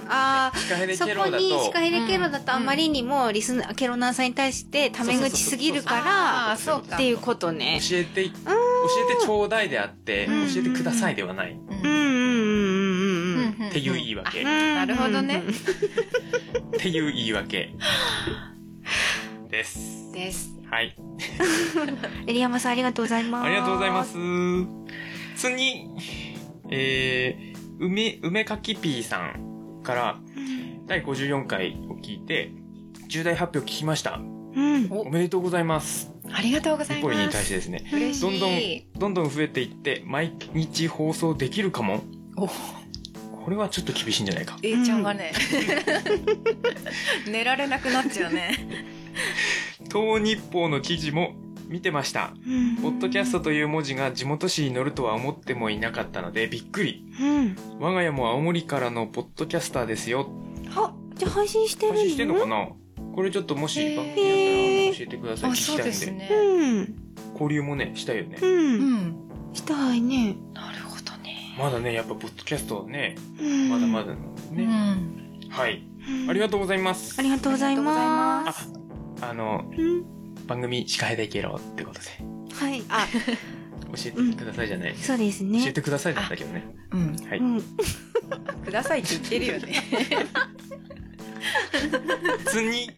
Speaker 1: あ
Speaker 2: シカヘ
Speaker 1: ー、
Speaker 2: デ
Speaker 1: そ
Speaker 2: ケロ
Speaker 1: こ
Speaker 2: だ
Speaker 1: に、シ
Speaker 2: と
Speaker 1: カヘレケロだとあまりにもリスナー、ケロナーさんに対してタメ口すぎるか
Speaker 3: ああ、そう
Speaker 1: ら、
Speaker 3: か。
Speaker 1: っていうことね。
Speaker 2: 教えて、教えてちょうだいであって、
Speaker 3: うん
Speaker 2: 教えてくださいではない
Speaker 1: うんうんうん
Speaker 3: うん
Speaker 1: うんうん
Speaker 2: っていう言い訳。
Speaker 1: うん。
Speaker 2: っ
Speaker 1: な
Speaker 3: るほどね
Speaker 2: ていう言い訳。です。
Speaker 3: です。
Speaker 2: はい。
Speaker 1: エリヤマさんありがとうございます。
Speaker 2: ありがとうございま。す。次、えー、梅、梅かきぴーさんから第54回を聞いて、重大発表聞きました。
Speaker 1: うん。
Speaker 2: おめでとうございます。
Speaker 3: ありがとうござ
Speaker 2: ニ
Speaker 3: い
Speaker 2: コリに
Speaker 3: ま
Speaker 2: 対して
Speaker 3: す。
Speaker 2: ですね。
Speaker 3: 嬉しい。
Speaker 2: どんどん、どんどん増えていって、毎日放送できるかも。
Speaker 3: お
Speaker 2: これはちょっと厳しいんじゃないか。
Speaker 3: A ちゃんが *laughs* ね、寝られなくなっちゃうね。
Speaker 2: 東日報の記事も見てました。
Speaker 1: うん
Speaker 2: ポッドキャストという文字が地元紙に載るとは思ってもいなかったのでびっくり。
Speaker 1: うん。
Speaker 2: 我が家も青森からのポッドキャスターですよ。
Speaker 1: あ、じゃあ配信してるの
Speaker 2: 配信してんのかなこれちょっともし
Speaker 3: へー
Speaker 2: 番組やったら教えてください。聞
Speaker 3: あ、
Speaker 2: き
Speaker 3: *laughs* そう
Speaker 2: たい
Speaker 3: で
Speaker 2: ん
Speaker 3: す
Speaker 2: で。
Speaker 3: ね。
Speaker 1: うん。
Speaker 2: 交流もね、したいよね
Speaker 1: う。。
Speaker 3: うんん。
Speaker 1: したいね。
Speaker 3: なるほどね。
Speaker 2: まだね、やっぱポッドキャストはね、
Speaker 1: うん
Speaker 2: まだまだなんで
Speaker 3: う
Speaker 2: ね。
Speaker 3: ん。
Speaker 2: はい。
Speaker 1: うん
Speaker 2: ありがとうございます
Speaker 1: あ。りがとうございま
Speaker 2: あ
Speaker 1: す。、
Speaker 2: あの、
Speaker 1: うん
Speaker 2: 番組、司会でいけろってことで。
Speaker 1: はい。あ、
Speaker 2: 教えてくださいじゃない、
Speaker 1: そうです
Speaker 2: *laughs* 教え
Speaker 1: ね。
Speaker 2: てくださいなんだけどね
Speaker 3: うん。
Speaker 2: はい、
Speaker 1: うん。
Speaker 3: くださいって言ってるよね。
Speaker 2: 普通に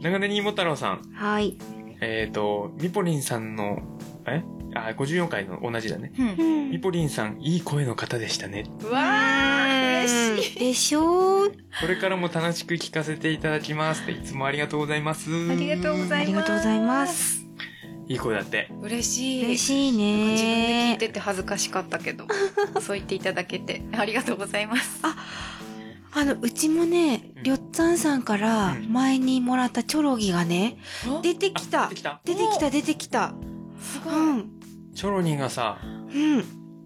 Speaker 2: 長年にも太郎さん
Speaker 1: はい。
Speaker 2: えっ、ー、とみぽりんさんのえあ54回の同じだね
Speaker 3: うん
Speaker 1: う。
Speaker 2: み
Speaker 1: ん。
Speaker 2: ぽりんさんいい声の方でしたね
Speaker 3: うわー、嬉しい。
Speaker 1: い。でしょう。
Speaker 2: これからも楽しく聞かせていただきますっていつもありがとうございます
Speaker 3: ありがとうござ
Speaker 1: あ
Speaker 3: います
Speaker 1: りがとうございます。
Speaker 2: いい声だって
Speaker 3: 嬉しい。
Speaker 1: 嬉しい
Speaker 3: なんか自分で聞い
Speaker 1: ね。
Speaker 3: てて恥ずかしかった
Speaker 1: *laughs*
Speaker 3: けど、そう言っていただけてありがとうございます。
Speaker 1: あの、うちもね
Speaker 2: うん、
Speaker 1: りょっつぁんさんから
Speaker 2: うん
Speaker 1: 前にもらったチョロギがね、出てきた
Speaker 2: あ出て。きた
Speaker 1: 出てきた、出てきた。
Speaker 3: す
Speaker 1: う
Speaker 3: ごい。
Speaker 1: ん。
Speaker 2: チョロニーがさ
Speaker 1: うん。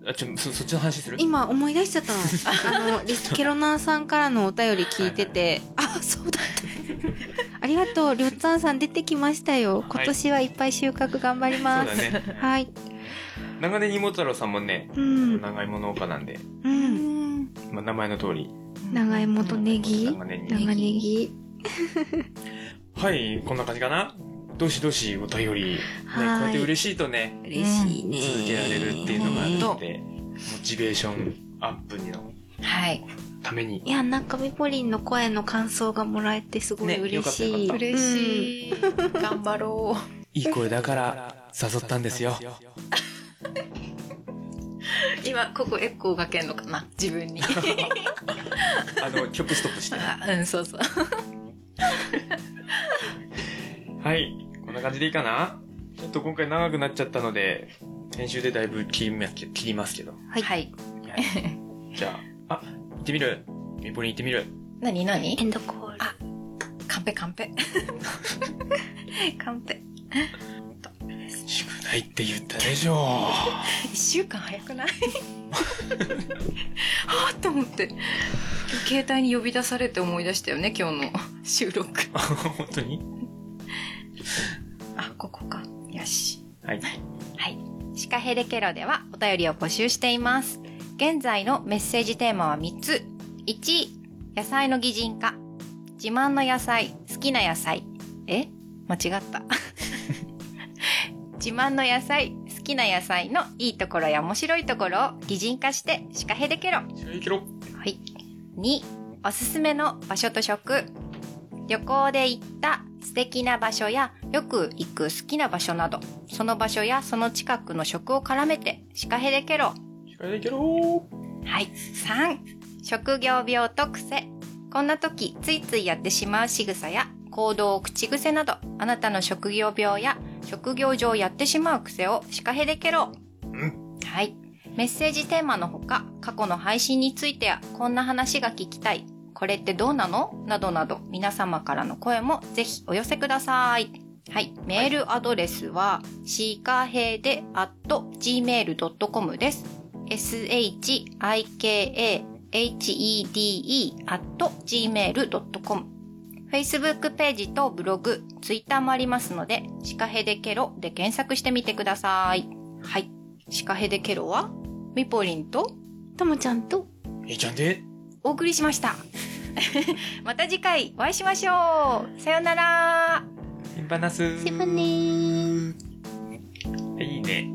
Speaker 2: あちょそそっちの話する
Speaker 1: 今思い出しちゃった *laughs* のあのリスケロナーさんからのお便り聞いててあそうだったありがとうりょっつぁんさん出てきましたよ今年はいっぱい収穫頑張り
Speaker 2: そう
Speaker 1: ま
Speaker 2: だ
Speaker 1: す、
Speaker 2: ね、い、
Speaker 1: はい
Speaker 2: 長年にも太郎さんもね
Speaker 1: うん
Speaker 2: 長芋農家なんで、
Speaker 1: う
Speaker 3: うんん。
Speaker 2: まあ、名前の通り
Speaker 1: 長芋とネギ
Speaker 2: 長年に
Speaker 1: 長ネギ
Speaker 3: ネ
Speaker 2: はいこんな感じかなどしどしお便り、ね、こうやって嬉しいとね、
Speaker 1: 嬉しいね。
Speaker 2: 続けられるっていうのが
Speaker 3: ね
Speaker 2: あって、モチベーションアップの
Speaker 3: はい。
Speaker 2: ために
Speaker 1: い。や、なんかみぽりんの声の感想がもらえてすごい
Speaker 2: ね
Speaker 1: 嬉し
Speaker 2: よ
Speaker 1: い。
Speaker 2: かった
Speaker 3: 嬉しい。頑張ろ
Speaker 1: *laughs*
Speaker 2: いい声だから誘ったんですよ。
Speaker 3: う。今、ここエコーかけんのかな自分に。
Speaker 2: あの、曲ストップして。
Speaker 3: あうん、そうそう。
Speaker 2: はい。こんな感じでいいかなちょっと今回長くなっちゃったので、編集でだいぶ切りますけ切りますけど。
Speaker 1: はい
Speaker 3: はい。
Speaker 2: はい、じゃあ、あ、行ってみるミポリン行ってみる
Speaker 3: なにな
Speaker 1: エ
Speaker 3: に
Speaker 1: ンドコール。
Speaker 3: あカンペカンペ。カンペ。
Speaker 2: 宿題って言ったでしょ。
Speaker 3: 一週間早くない *laughs* はぁと思って。今日携帯に呼び出されて思い出したよね、今日の収録。
Speaker 2: *laughs* 本当に
Speaker 3: あ、ここか。よし。
Speaker 2: はい。
Speaker 3: シカヘデケロではお便りを募集しています。現在のメッセージテーマは3つ。1、野菜の擬人化。自慢の野菜、好きな野菜。え間違った。 *laughs* 自慢の野菜、好きな野菜のいいところや面白いところを擬人化してシカヘデケロ。
Speaker 2: 白いけろ。
Speaker 3: はい。2、おすすめの場所と食。旅行で行った素敵な場所やよく行く好きな場所など、その場所やその近くの食を絡めて、シカヘデケロ。
Speaker 2: 白いけろ。
Speaker 3: はい。3、職業病と癖。こんな時、ついついやってしまう仕草や行動、口癖など、あなたの職業病や職業上やってしまう癖をシカヘデケロ。
Speaker 2: うん。
Speaker 3: はい。メッセージテーマのほか、過去の配信についてや、こんな話が聞きたい、これってどうなのなどなど、皆様からの声もぜひお寄せください。はい。メールアドレスは、シーカーヘイで、at gmail.com です。s-h-i-k-a-h-e-d-e at gmail.com。Facebook ページとブログ、Twitter もありますので、シカヘデケロで検索してみてください。はい。シカヘデケロはミポリンと
Speaker 1: ともちゃんと、
Speaker 2: えいちゃんで、
Speaker 3: お送りしました。 *laughs* また次回お会いしましょう。さよなら。
Speaker 2: シンパナス。
Speaker 1: セブンねー。
Speaker 2: いいね。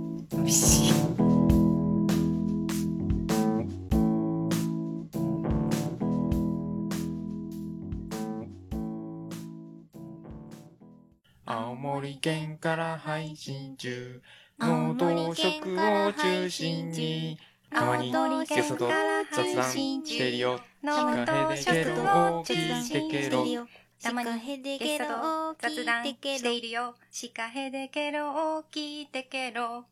Speaker 2: 青森県から配信中。
Speaker 1: 青
Speaker 2: 農道
Speaker 1: 森
Speaker 2: 食
Speaker 1: 県から
Speaker 2: を
Speaker 1: 配
Speaker 2: 中
Speaker 1: 信
Speaker 2: 心
Speaker 1: 中
Speaker 2: に、たまにゲストと雑談してるよ。シカヘデケロを聞いてけろ。
Speaker 1: たまに
Speaker 3: ゲ
Speaker 1: ゲ
Speaker 3: スト
Speaker 1: スト
Speaker 3: と
Speaker 1: 雑談
Speaker 3: 雑談
Speaker 1: し
Speaker 3: してて
Speaker 1: い
Speaker 3: いるよ。シカヘデケロを聞いてケロ。